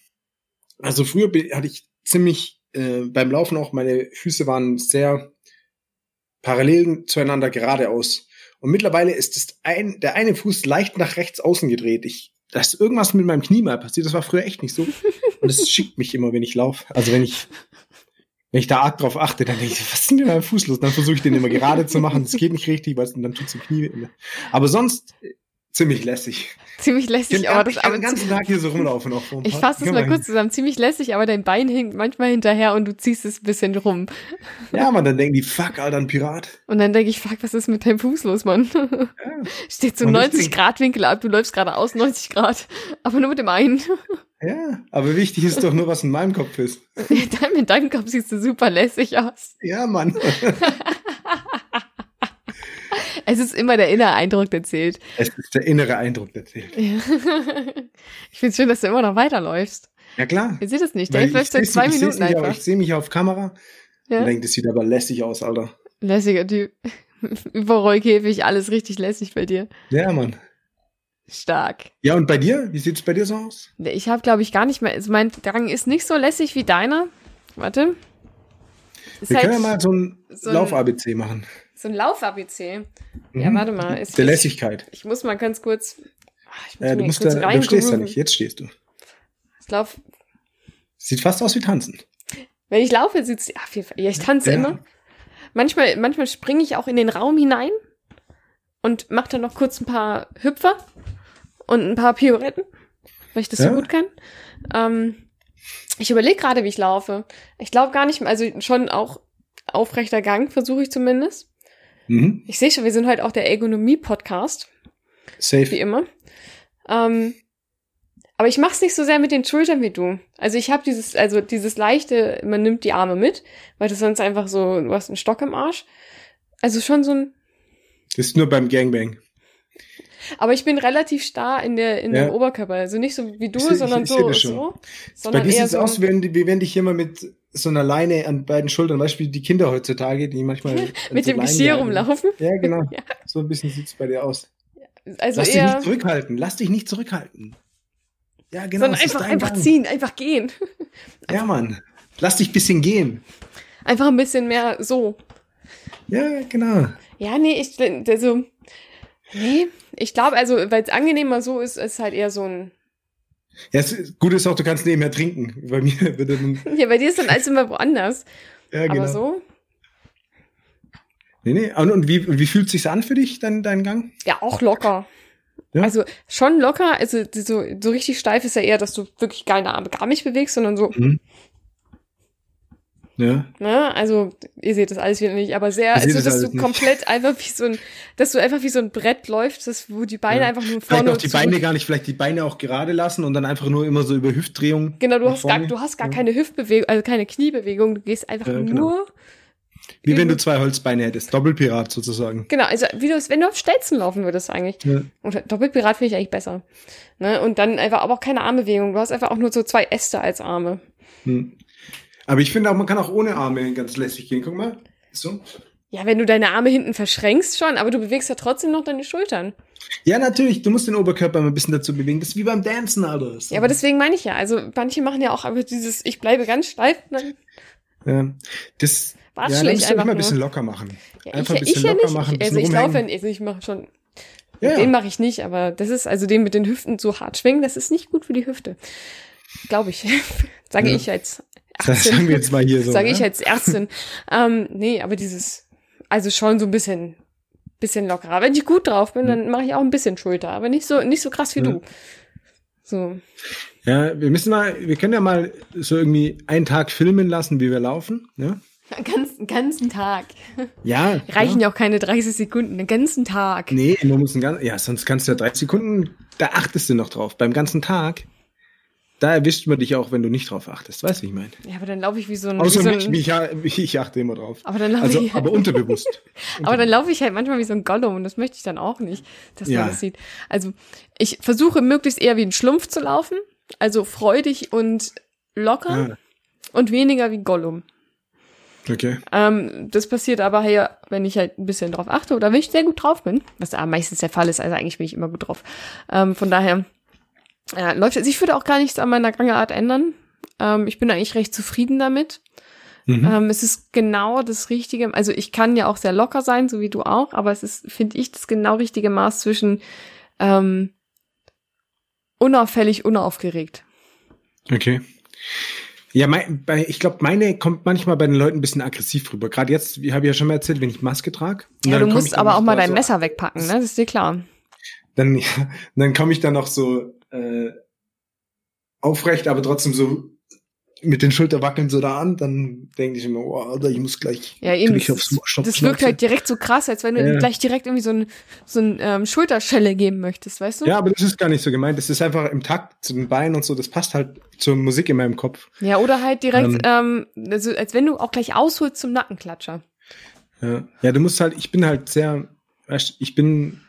S3: also früher bin- hatte ich ziemlich äh, beim Laufen auch, meine Füße waren sehr parallel zueinander geradeaus. Und mittlerweile ist das ein, der eine Fuß leicht nach rechts außen gedreht. Ich, da ist irgendwas mit meinem Knie mal passiert. Das war früher echt nicht so. Und es schickt mich immer, wenn ich laufe. Also wenn ich, wenn ich da arg drauf achte, dann denke ich, was ist denn mit meinem Fuß los? Dann versuche ich den immer gerade zu machen. Das geht nicht richtig, weil es- dann tut's im Knie weh. Aber sonst äh, ziemlich lässig.
S2: Ziemlich lässig,
S3: Ich kann,
S2: aber das
S3: ich kann
S2: aber
S3: den ganzen Tag hier so rumlaufen. Auch vor dem
S2: ich
S3: Pod-
S2: fasse das
S3: Kann
S2: mal
S3: man-
S2: kurz zusammen. Ziemlich lässig, aber dein Bein hinkt manchmal hinterher und du ziehst es ein bisschen rum.
S3: Ja, man, dann denken die, fuck, Alter, ein Pirat.
S2: Und dann denke ich, fuck, was ist mit deinem Fuß los, Mann? Steht so
S3: Und
S2: 90
S3: deswegen-
S2: Grad Winkel ab, du läufst geradeaus 90 Grad, aber nur mit dem einen.
S3: Ja, aber wichtig ist doch nur, was in meinem Kopf ist.
S2: Dann mit deinem Kopf siehst du super lässig aus.
S3: Ja, Mann.
S2: Es ist immer der innere Eindruck, der zählt.
S3: Es ist der innere Eindruck, der zählt.
S2: Ja. Ich finde es schön, dass du immer noch weiterläufst.
S3: Ja, klar.
S2: Ihr seht es nicht.
S3: Weil
S2: Dave läuft seit
S3: seh's-
S2: zwei
S3: ich seh's
S2: Minuten
S3: nicht, aber
S2: einfach.
S3: Ich sehe mich auf Kamera
S2: Ja.
S3: und denke, das sieht aber lässig aus, Alter.
S2: Lässiger Typ. Überrollkäfig, alles richtig lässig bei dir.
S3: Ja, Mann.
S2: Stark.
S3: Ja, und bei dir? Wie sieht's bei dir so aus?
S2: Ich habe, glaube ich, gar nicht mehr. Also mein Gang ist nicht so lässig wie deiner. Warte. Ist halt
S3: Wir können ja mal so ein
S2: so ein-
S3: Lauf-ABC machen.
S2: so ein Lauf-ABC. Ja,
S3: Mhm.
S2: warte mal. Ist,
S3: Der
S2: ich,
S3: Lässigkeit.
S2: ich muss mal ganz kurz. Ah, Ich muss
S3: Ja,
S2: mir
S3: du, musst
S2: kurz
S3: da, du stehst da
S2: reingrooven.
S3: nicht. Jetzt stehst du.
S2: Ich lauf,
S3: Sieht fast aus wie Tanzen.
S2: wenn ich laufe, sitzt. Ja, auf jeden Fall. ja, ich tanze
S3: Ja.
S2: immer. Manchmal, manchmal springe ich auch in den Raum hinein und mache dann noch kurz ein paar Hüpfer und ein paar Pioretten, weil ich das
S3: Ja.
S2: so gut kann. Ähm, ich überlege gerade, wie ich laufe. Ich glaube gar nicht, mehr- also schon auch aufrechter Gang versuche ich zumindest.
S3: Mhm.
S2: Ich sehe schon, wir sind halt auch der Ergonomie-Podcast. wie
S3: Safe.
S2: immer. Ähm, aber ich mach's nicht so sehr mit den Schultern wie du. Also ich habe dieses, also dieses leichte, man nimmt die Arme mit, weil das sonst einfach so, du hast einen Stock im Arsch. Also schon so ein,
S3: Das ist nur beim Gangbang.
S2: aber ich bin relativ starr in der in
S3: Ja.
S2: dem Oberkörper, also nicht so wie du,
S3: Ich seh- ich-
S2: sondern
S3: ich seh
S2: so,
S3: das schon.
S2: so,
S3: Bei
S2: sondern
S3: dir
S2: eher
S3: sieht's
S2: so.
S3: aus, wie wenn, die- wie wenn dich jemand mit so einer Leine an beiden Schultern, weißt du, wie die Kinder heutzutage, die manchmal an
S2: mit
S3: so
S2: dem
S3: Leinen
S2: Geschirr
S3: gehalten-
S2: rumlaufen.
S3: Ja, genau.
S2: Ja.
S3: So ein bisschen sieht's bei dir aus.
S2: Also
S3: Lass dich
S2: eher,
S3: nicht zurückhalten. Lass dich nicht zurückhalten. Ja, genau.
S2: sondern
S3: es ist
S2: einfach,
S3: dein
S2: einfach
S3: Gang.
S2: ziehen, einfach gehen.
S3: Ja, Mann. Lass dich ein bisschen gehen.
S2: Einfach ein bisschen mehr so.
S3: Ja, genau.
S2: Ja, nee, ich, also, nee, ich glaube, also, weil es angenehmer so ist, ist halt eher so ein,
S3: Ja, es ist, gut ist auch, du kannst nebenher trinken. Bei mir würde dann.
S2: Ja, bei dir ist dann alles immer woanders.
S3: Ja, genau.
S2: Aber so,
S3: Nee, nee. Und, und wie, wie fühlt sich's an für dich, dein, dein Gang?
S2: ja, auch locker.
S3: Ja.
S2: Also schon locker, also die- so, so richtig steif ist ja eher, dass du wirklich keine Arme gar nicht bewegst, sondern so,
S3: Mhm. Ja.
S2: ne, also ihr seht das alles wieder nicht, aber sehr,
S3: Ihr seht
S2: also
S3: das
S2: dass du
S3: alles nicht.
S2: komplett einfach wie so ein, dass du einfach wie so ein Brett läufst, das, wo die Beine
S3: Ja.
S2: einfach nur
S3: Vielleicht
S2: vorne
S3: auch die
S2: zurück-
S3: Beine gar nicht, vielleicht die Beine auch gerade lassen und dann einfach nur immer so über Hüftdrehung.
S2: Genau, du
S3: nach
S2: hast, gar,
S3: vorne.
S2: du hast gar
S3: Ja.
S2: keine Hüftbewegung, also keine Kniebewegung, du gehst einfach
S3: Ja, genau.
S2: nur,
S3: Wie wenn du zwei Holzbeine hättest. Doppelpirat sozusagen.
S2: genau, also wie du, wenn du auf Stelzen laufen würdest eigentlich.
S3: Ja.
S2: Oder Doppelpirat finde ich eigentlich besser. Ne? Und dann einfach aber auch keine Armbewegung. Du hast einfach auch nur so zwei Äste als Arme.
S3: Hm. Aber ich finde auch, man kann auch ohne Arme ganz lässig gehen. Guck mal. So.
S2: Ja, wenn du deine Arme hinten verschränkst schon, aber du bewegst ja trotzdem noch deine Schultern.
S3: Ja, natürlich. Du musst den Oberkörper mal ein bisschen dazu bewegen. Das ist wie beim Dancen, Alter.
S2: Ja, aber deswegen meine ich ja. Also manche machen ja auch einfach dieses, ich bleibe ganz steif, ne? dann
S3: Ja, das ja, da
S2: watschle ich
S3: musst du
S2: einfach
S3: immer
S2: nur.
S3: ein bisschen locker machen.
S2: ja,
S3: einfach ein
S2: ich, ich
S3: bisschen
S2: ja
S3: locker
S2: nicht.
S3: machen, ein
S2: ich, also ich
S3: bisschen
S2: laufe,
S3: rumhängen.
S2: also ich mache schon,
S3: Ja.
S2: den mache ich nicht, aber das ist, also den mit den Hüften so hart schwingen, das ist nicht gut für die Hüfte. Glaube ich. Sage
S3: Ja.
S2: ich als
S3: Das
S2: 18.
S3: sagen wir jetzt mal hier so.
S2: sage ich halt-
S3: ne?
S2: als Ärztin. ähm, nee, aber dieses, also schon so ein bisschen, bisschen lockerer. Wenn ich gut drauf bin, dann mache ich auch ein bisschen Schulter, aber nicht so, nicht so krass wie
S3: Mhm. Ja.
S2: du. So,
S3: Ja, wir müssen mal, wir können ja mal so irgendwie einen Tag filmen lassen, wie wir laufen. Ja,
S2: ganz, einen ganzen Tag.
S3: ja
S2: Reichen
S3: ja.
S2: ja auch keine 30 Sekunden, einen ganzen Tag.
S3: Nee, man muss einen ganzen, ja, sonst kannst du ja 30 Sekunden, da achtest du noch drauf. Beim ganzen Tag, da erwischt man dich auch, wenn du nicht drauf achtest. Weißt du, wie ich meine?
S2: Ja, aber dann laufe ich wie so ein, wie
S3: Außer
S2: so
S3: mich,
S2: ein
S3: mich, ja, ich achte immer drauf.
S2: aber dann laufe
S3: Also,
S2: ich,
S3: aber unterbewusst.
S2: aber dann laufe ich halt manchmal wie so ein Gollum und das möchte ich dann auch nicht, dass
S3: Ja.
S2: man das sieht. Also ich versuche möglichst eher wie ein Schlumpf zu laufen, also freudig und locker
S3: Ja,
S2: und weniger wie Gollum.
S3: okay.
S2: Ähm, das passiert aber hier, wenn ich halt ein bisschen drauf achte oder wenn ich sehr gut drauf bin, was aber meistens der Fall ist, also eigentlich bin ich immer gut drauf. Ähm, von daher äh, läuft es. Ich würde auch gar nichts an meiner Gangart ändern. Ähm, ich bin eigentlich recht zufrieden damit.
S3: Mhm.
S2: Ähm, es ist genau das Richtige, also ich kann ja auch sehr locker sein, so wie du auch, aber es ist, finde ich, das genau richtige Maß zwischen ähm, unauffällig, unaufgeregt.
S3: Okay. Ja, mein, bei, ich glaube, meine kommt manchmal bei den Leuten ein bisschen aggressiv rüber. Gerade jetzt, wie habe ich ja schon mal erzählt, wenn ich Maske trage. und
S2: Ja,
S3: dann
S2: du
S3: komm
S2: musst
S3: ich dann
S2: aber
S3: noch
S2: auch mal
S3: da
S2: dein
S3: so-
S2: Messer wegpacken, ne? Das ist dir klar.
S3: Dann, ja, dann komme ich dann noch so äh, aufrecht, aber trotzdem so mit den Schulterwackeln so da an. Dann denke ich immer, oh, Alter, ich muss gleich.
S2: Ja, eben.
S3: krieg ich
S2: Das,
S3: aufs Schopf-
S2: das wirkt
S3: Schnauze.
S2: halt direkt so krass, als wenn du
S3: Ja.
S2: ihm gleich direkt irgendwie so ein, so ein ähm, Schulterschelle geben möchtest, weißt du?
S3: Ja, aber das ist gar nicht so gemeint. Das ist einfach im Takt zu den Beinen und so. Das passt halt zur Musik in meinem Kopf.
S2: Ja, oder halt direkt, ähm, also als wenn du auch gleich ausholst zum Nackenklatscher.
S3: Ja. ja, du musst halt, ich bin halt sehr, weißt, du, ich bin,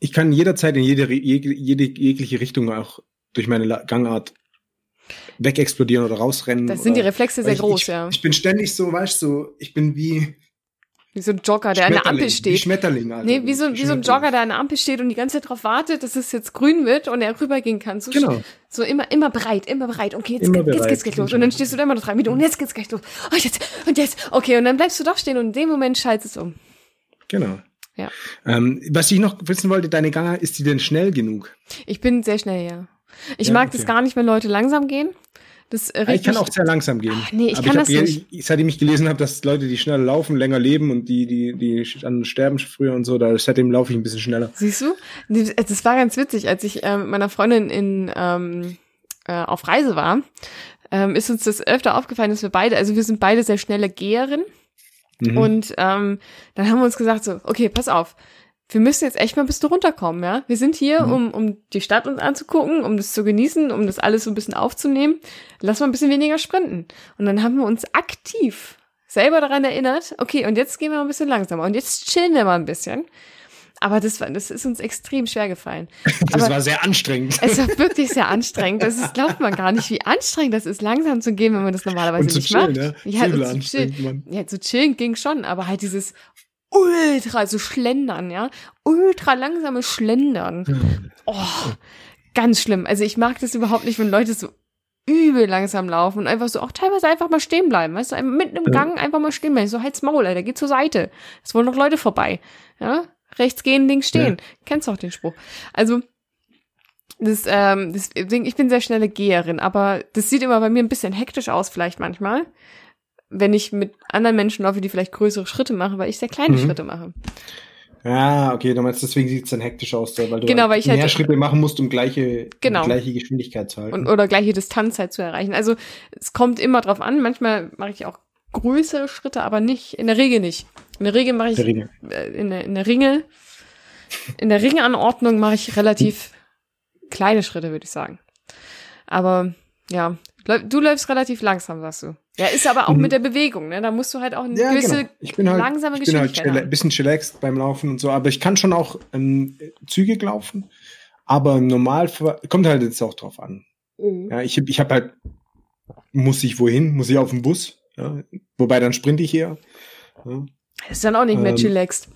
S3: ich kann jederzeit in jede, jede, jede jegliche Richtung auch durch meine La- Gangart wegexplodieren oder rausrennen.
S2: Da sind die
S3: Hm, oder,
S2: Reflexe sehr
S3: ich,
S2: groß,
S3: ich,
S2: ja.
S3: Ich bin ständig so, weißt du, so, ich bin wie,
S2: Wie so ein Jogger, der an der Ampel
S3: Wie
S2: steht.
S3: Schmetterling, Alter.
S2: Nee, wie so, wie so ein
S3: Schmetterling.
S2: Jogger, der an der Ampel steht und die ganze Zeit drauf wartet, dass es jetzt grün wird und er rübergehen kann. So,
S3: Genau.
S2: so immer, immer breit, immer breit. Okay, jetzt,
S3: Immer bereit.
S2: geht's, jetzt
S3: genau.
S2: geht's gleich los. Und dann stehst du da immer noch drei Minuten. Jetzt geht's gleich los. Oh, jetzt, und jetzt. Okay, und dann bleibst du doch stehen und in dem Moment schaltest du um.
S3: Genau.
S2: Ja.
S3: Ähm, was ich noch wissen wollte, deine Gangart, ist die denn schnell genug?
S2: Ich bin sehr schnell, ja. Ich
S3: Ja,
S2: mag das
S3: okay.
S2: gar nicht, wenn Leute langsam gehen. Das äh, regt
S3: ich kann
S2: mich-
S3: auch sehr langsam gehen.
S2: Ach, nee, ich
S3: Aber
S2: kann
S3: ich
S2: das
S3: hab,
S2: nicht.
S3: Ich, seitdem ich gelesen habe, dass Leute, die schneller laufen, länger leben und die, die, die an sterben früher und so, da, seitdem laufe ich ein bisschen schneller.
S2: Siehst du? äh, Das war ganz witzig, als ich äh, mit meiner Freundin in, ähm, äh, auf Reise war, ähm, ist uns das öfter aufgefallen, dass wir beide, also wir sind beide sehr schnelle Geherin
S3: Mhm.
S2: und ähm, dann haben wir uns gesagt so, okay, pass auf, wir müssen jetzt echt mal ein bisschen runterkommen, ja? Wir sind hier,
S3: Mhm.
S2: um, um die Stadt uns anzugucken, um das zu genießen, um das alles so ein bisschen aufzunehmen. Lass mal ein bisschen weniger sprinten. Und dann haben wir uns aktiv selber daran erinnert, okay, und jetzt gehen wir mal ein bisschen langsamer und jetzt chillen wir mal ein bisschen. Aber das, war, das ist uns extrem schwer gefallen.
S3: das
S2: aber-
S3: war sehr anstrengend.
S2: Es war wirklich sehr anstrengend. Das ist, glaubt man gar nicht, wie anstrengend das ist, langsam zu gehen, wenn man das normalerweise
S3: Und zu
S2: nicht
S3: chillen,
S2: macht.
S3: ne?
S2: Ja,
S3: Übel
S2: und zu
S3: anstrengend,
S2: chillen.
S3: Mann.
S2: Ja, zu chillen ging schon, aber halt dieses ultra, so schlendern, ja. Ultra langsame Schlendern. Oh, ganz schlimm. Also ich mag das überhaupt nicht, wenn Leute so übel langsam laufen und einfach so auch teilweise einfach mal stehen bleiben, weißt du, einfach mitten im
S3: Ja.
S2: Gang einfach mal stehen bleiben, so halt's Maul, Alter, geh zur Seite. Es wollen noch Leute vorbei, ja? Rechts gehen, links stehen. Kennst du auch den Spruch. Also das, ähm, deswegen, ich bin sehr schnelle Geherin, aber das sieht immer bei mir ein bisschen hektisch aus, vielleicht manchmal, wenn ich mit anderen Menschen laufe, die vielleicht größere Schritte machen, weil ich sehr kleine
S3: Mhm.
S2: Schritte mache.
S3: Ja, okay, du meinst, deswegen sieht es dann hektisch aus, weil du
S2: Genau, weil ich
S3: mehr
S2: halt-
S3: Schritte machen musst, um gleiche,
S2: Genau.
S3: um gleiche Geschwindigkeit zu halten.
S2: Und, oder gleiche Distanz halt zu erreichen. Also es kommt immer drauf an, manchmal mache ich auch größere Schritte, aber nicht, in der Regel nicht. In der Regel mache ich
S3: Der Ringe.
S2: äh, in, der, in der Ringe, in der Ringanordnung mache ich relativ kleine Schritte, würde ich sagen. Aber ja, läu- du läufst relativ langsam, sagst du. Ja, ist aber auch
S3: Mhm.
S2: mit der Bewegung, ne? Da musst du halt auch eine
S3: ja,
S2: gewisse
S3: genau. Ich bin halt,
S2: langsame
S3: ich bin halt
S2: Geschwindigkeit
S3: ein
S2: haben.
S3: bisschen chillaxed beim Laufen und so, aber ich kann schon auch ähm, zügig laufen. Aber im Normalfall kommt halt jetzt auch drauf an. Ja, ich, ich habe halt, muss ich wohin? Muss ich auf den Bus? Ja, wobei dann sprinte ich eher. Ja.
S2: Das ist dann auch nicht mehr
S3: Ähm,
S2: chillaxed.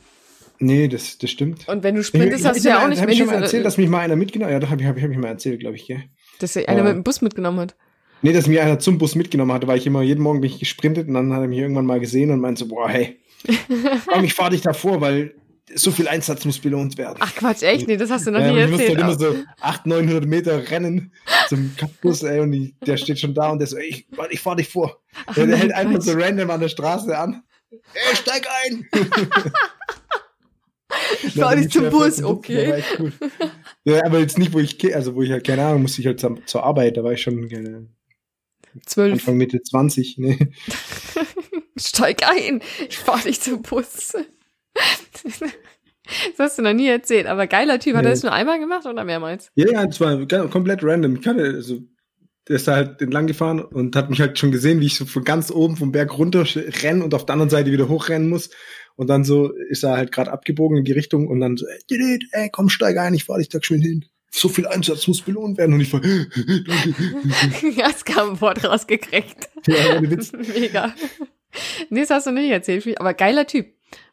S3: Nee, das, das stimmt.
S2: Und wenn du sprintest,
S3: Ich-
S2: hast
S3: ich-
S2: du ja
S3: hab-
S2: auch nicht
S3: hab
S2: mehr
S3: ich schon mal
S2: diese,
S3: erzählt, dass mich mal einer mitgenommen Ja, doch, habe ich, hab, ich- hab ich mal erzählt, glaube ich, gell?
S2: dass dir einer
S3: Ja.
S2: mit dem Bus mitgenommen hat.
S3: Nee, dass mich einer zum Bus mitgenommen hatte, weil ich immer, jeden Morgen bin ich gesprintet und dann hat er mich irgendwann mal gesehen und meinte so, boah, hey, komm, ich fahr dich davor, weil so viel Einsatz muss belohnt werden.
S2: Ach Quatsch, echt? Nee, das hast du noch
S3: Ja,
S2: nie
S3: ich musste
S2: erzählt.
S3: halt immer
S2: aber-
S3: so 800, 900 Meter rennen zum Campus, ey, und ich, der steht schon da und der so, ey, ich, warte, ich fahr dich vor. und
S2: Ach,
S3: der
S2: nein,
S3: hält einfach
S2: Quatsch.
S3: so random an der Straße an. Ey, steig ein! ich
S2: fahr dich zum Bus, okay.
S3: Cool. Ja, aber jetzt nicht, wo ich, ke- also wo ich halt, keine Ahnung, musste ich halt zur, zur Arbeit, da war ich schon keine,
S2: Zwölf.
S3: Anfang Mitte 20, ne?
S2: Steig ein. Ich fahr dich zum Bus. Das hast du noch nie erzählt, aber geiler Typ. Hat er
S3: Nee.
S2: das nur einmal gemacht oder mehrmals?
S3: Ja, ja, das war ga- komplett random. Ich hatte, also, der ist da halt entlang gefahren und hat mich halt schon gesehen, wie ich so von ganz oben vom Berg runter sch- renn und auf der anderen Seite wieder hochrennen muss. Und dann so ist er halt gerade abgebogen in die Richtung und dann so, ey, Didit, ey komm, steig ein, ich fahr dich da schön hin. So viel Einsatz muss belohnt werden. Und ich war,
S2: Hast kam ein Wort rausgekriegt.
S3: ja, ohne Witz.
S2: Mega. Nee, das hast du noch nie erzählt. viel- Aber geiler Typ.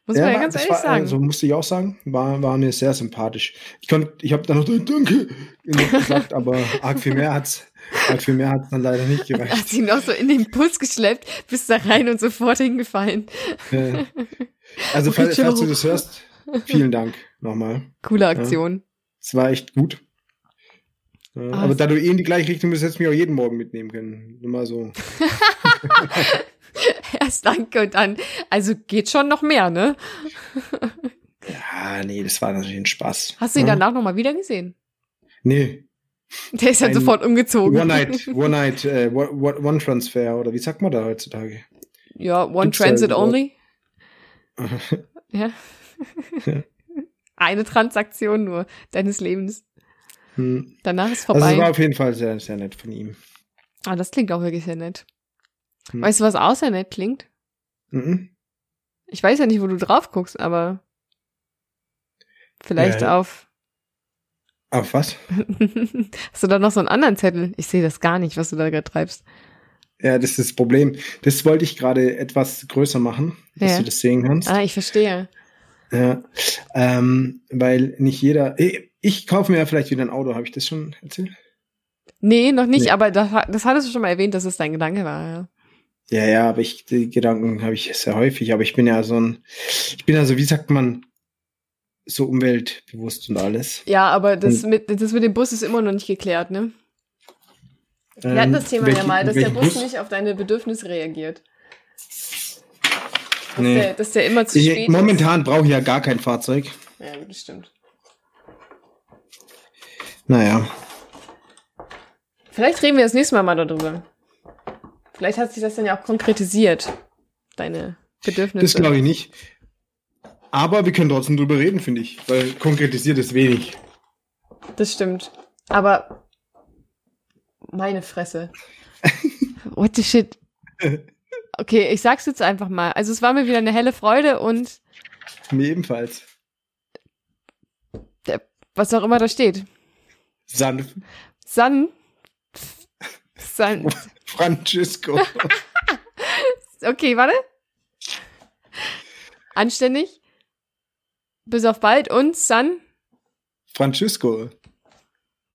S2: Muss man ja
S3: war-
S2: ganz
S3: das
S2: ehrlich
S3: war,
S2: sagen.
S3: Also musste ich auch sagen, war, war mir sehr sympathisch. Ich konnte, ich habe dann noch Danke gesagt, aber arg viel mehr hat's, arg viel mehr hat's dann leider nicht gereicht.
S2: Hast ihn noch so in den Bus geschleppt, bist da rein und sofort hingefallen.
S3: Äh, Also,
S2: Okay,
S3: falls, falls du
S2: ciao.
S3: das hörst, vielen Dank nochmal.
S2: Coole Aktion.
S3: Es war echt gut. Äh,
S2: Ah,
S3: aber
S2: es-
S3: da du eh in die gleiche Richtung bist, hättest du mich auch jeden Morgen mitnehmen können. Nur mal so.
S2: Erst danke und dann. Also geht schon noch mehr, ne?
S3: Ja, nee, das war natürlich ein Spaß.
S2: Hast du ihn
S3: Ja.
S2: danach nochmal wieder gesehen?
S3: Nee.
S2: Der ist dann
S3: Ein-
S2: sofort umgezogen.
S3: One Night, One Night, äh, one, one, one Transfer oder wie sagt man da heutzutage?
S2: Ja, One
S3: Gibt's da
S2: Transit
S3: überhaupt-
S2: Only. ja. Eine Transaktion nur deines Lebens.
S3: Hm.
S2: Danach ist
S3: Also, es war
S2: vorbei.
S3: auf jeden Fall sehr, sehr nett von ihm.
S2: Ah, das klingt auch wirklich sehr nett.
S3: Hm.
S2: Weißt du, was auch sehr nett klingt?
S3: Mhm.
S2: Ich weiß ja nicht, wo du drauf guckst, aber vielleicht
S3: Ja.
S2: auf.
S3: Auf was?
S2: Hast du da noch so einen anderen Zettel? Ich sehe das gar nicht, was du da gerade treibst.
S3: Ja, das ist das Problem. Das wollte ich gerade etwas größer machen, dass
S2: Ja.
S3: du das sehen kannst.
S2: Ah, ich verstehe.
S3: Ja, ähm, weil nicht jeder. Ich, ich kaufe mir ja vielleicht wieder ein Auto, habe ich das schon erzählt?
S2: Nee, noch nicht,
S3: Nee.
S2: aber das, ha- das hattest du schon mal erwähnt, dass es dein Gedanke war. Ja.
S3: Ja, ja, aber ich, die Gedanken habe ich sehr häufig, aber ich bin ja so ein, ich bin ja so, wie sagt man, so umweltbewusst und alles.
S2: Ja, aber
S3: Hm.
S2: das mit, das mit dem Bus ist immer noch nicht geklärt, ne? Wir
S3: Ähm,
S2: hatten das Thema ja mal, dass der Bus, nicht auf deine Bedürfnisse reagiert. Dass,
S3: Nee.
S2: der, dass der immer zu
S3: Ich,
S2: spät
S3: momentan brauche ich ja gar kein Fahrzeug.
S2: ist. Ja, gut, das stimmt.
S3: Naja.
S2: Vielleicht reden wir das nächste Mal mal darüber. Vielleicht hat sich das dann ja auch konkretisiert, deine Bedürfnisse.
S3: Das glaube ich nicht. Aber wir können trotzdem drüber reden, finde ich. Weil konkretisiert ist wenig.
S2: Das stimmt. Aber meine Fresse. What the shit? Okay, ich sag's jetzt einfach mal. Also es war mir wieder eine helle Freude und
S3: Mir ebenfalls.
S2: was auch immer da steht.
S3: Sanft.
S2: San. San.
S3: Francisco.
S2: Okay, warte. Anständig. Bis auf bald und San.
S3: Francisco.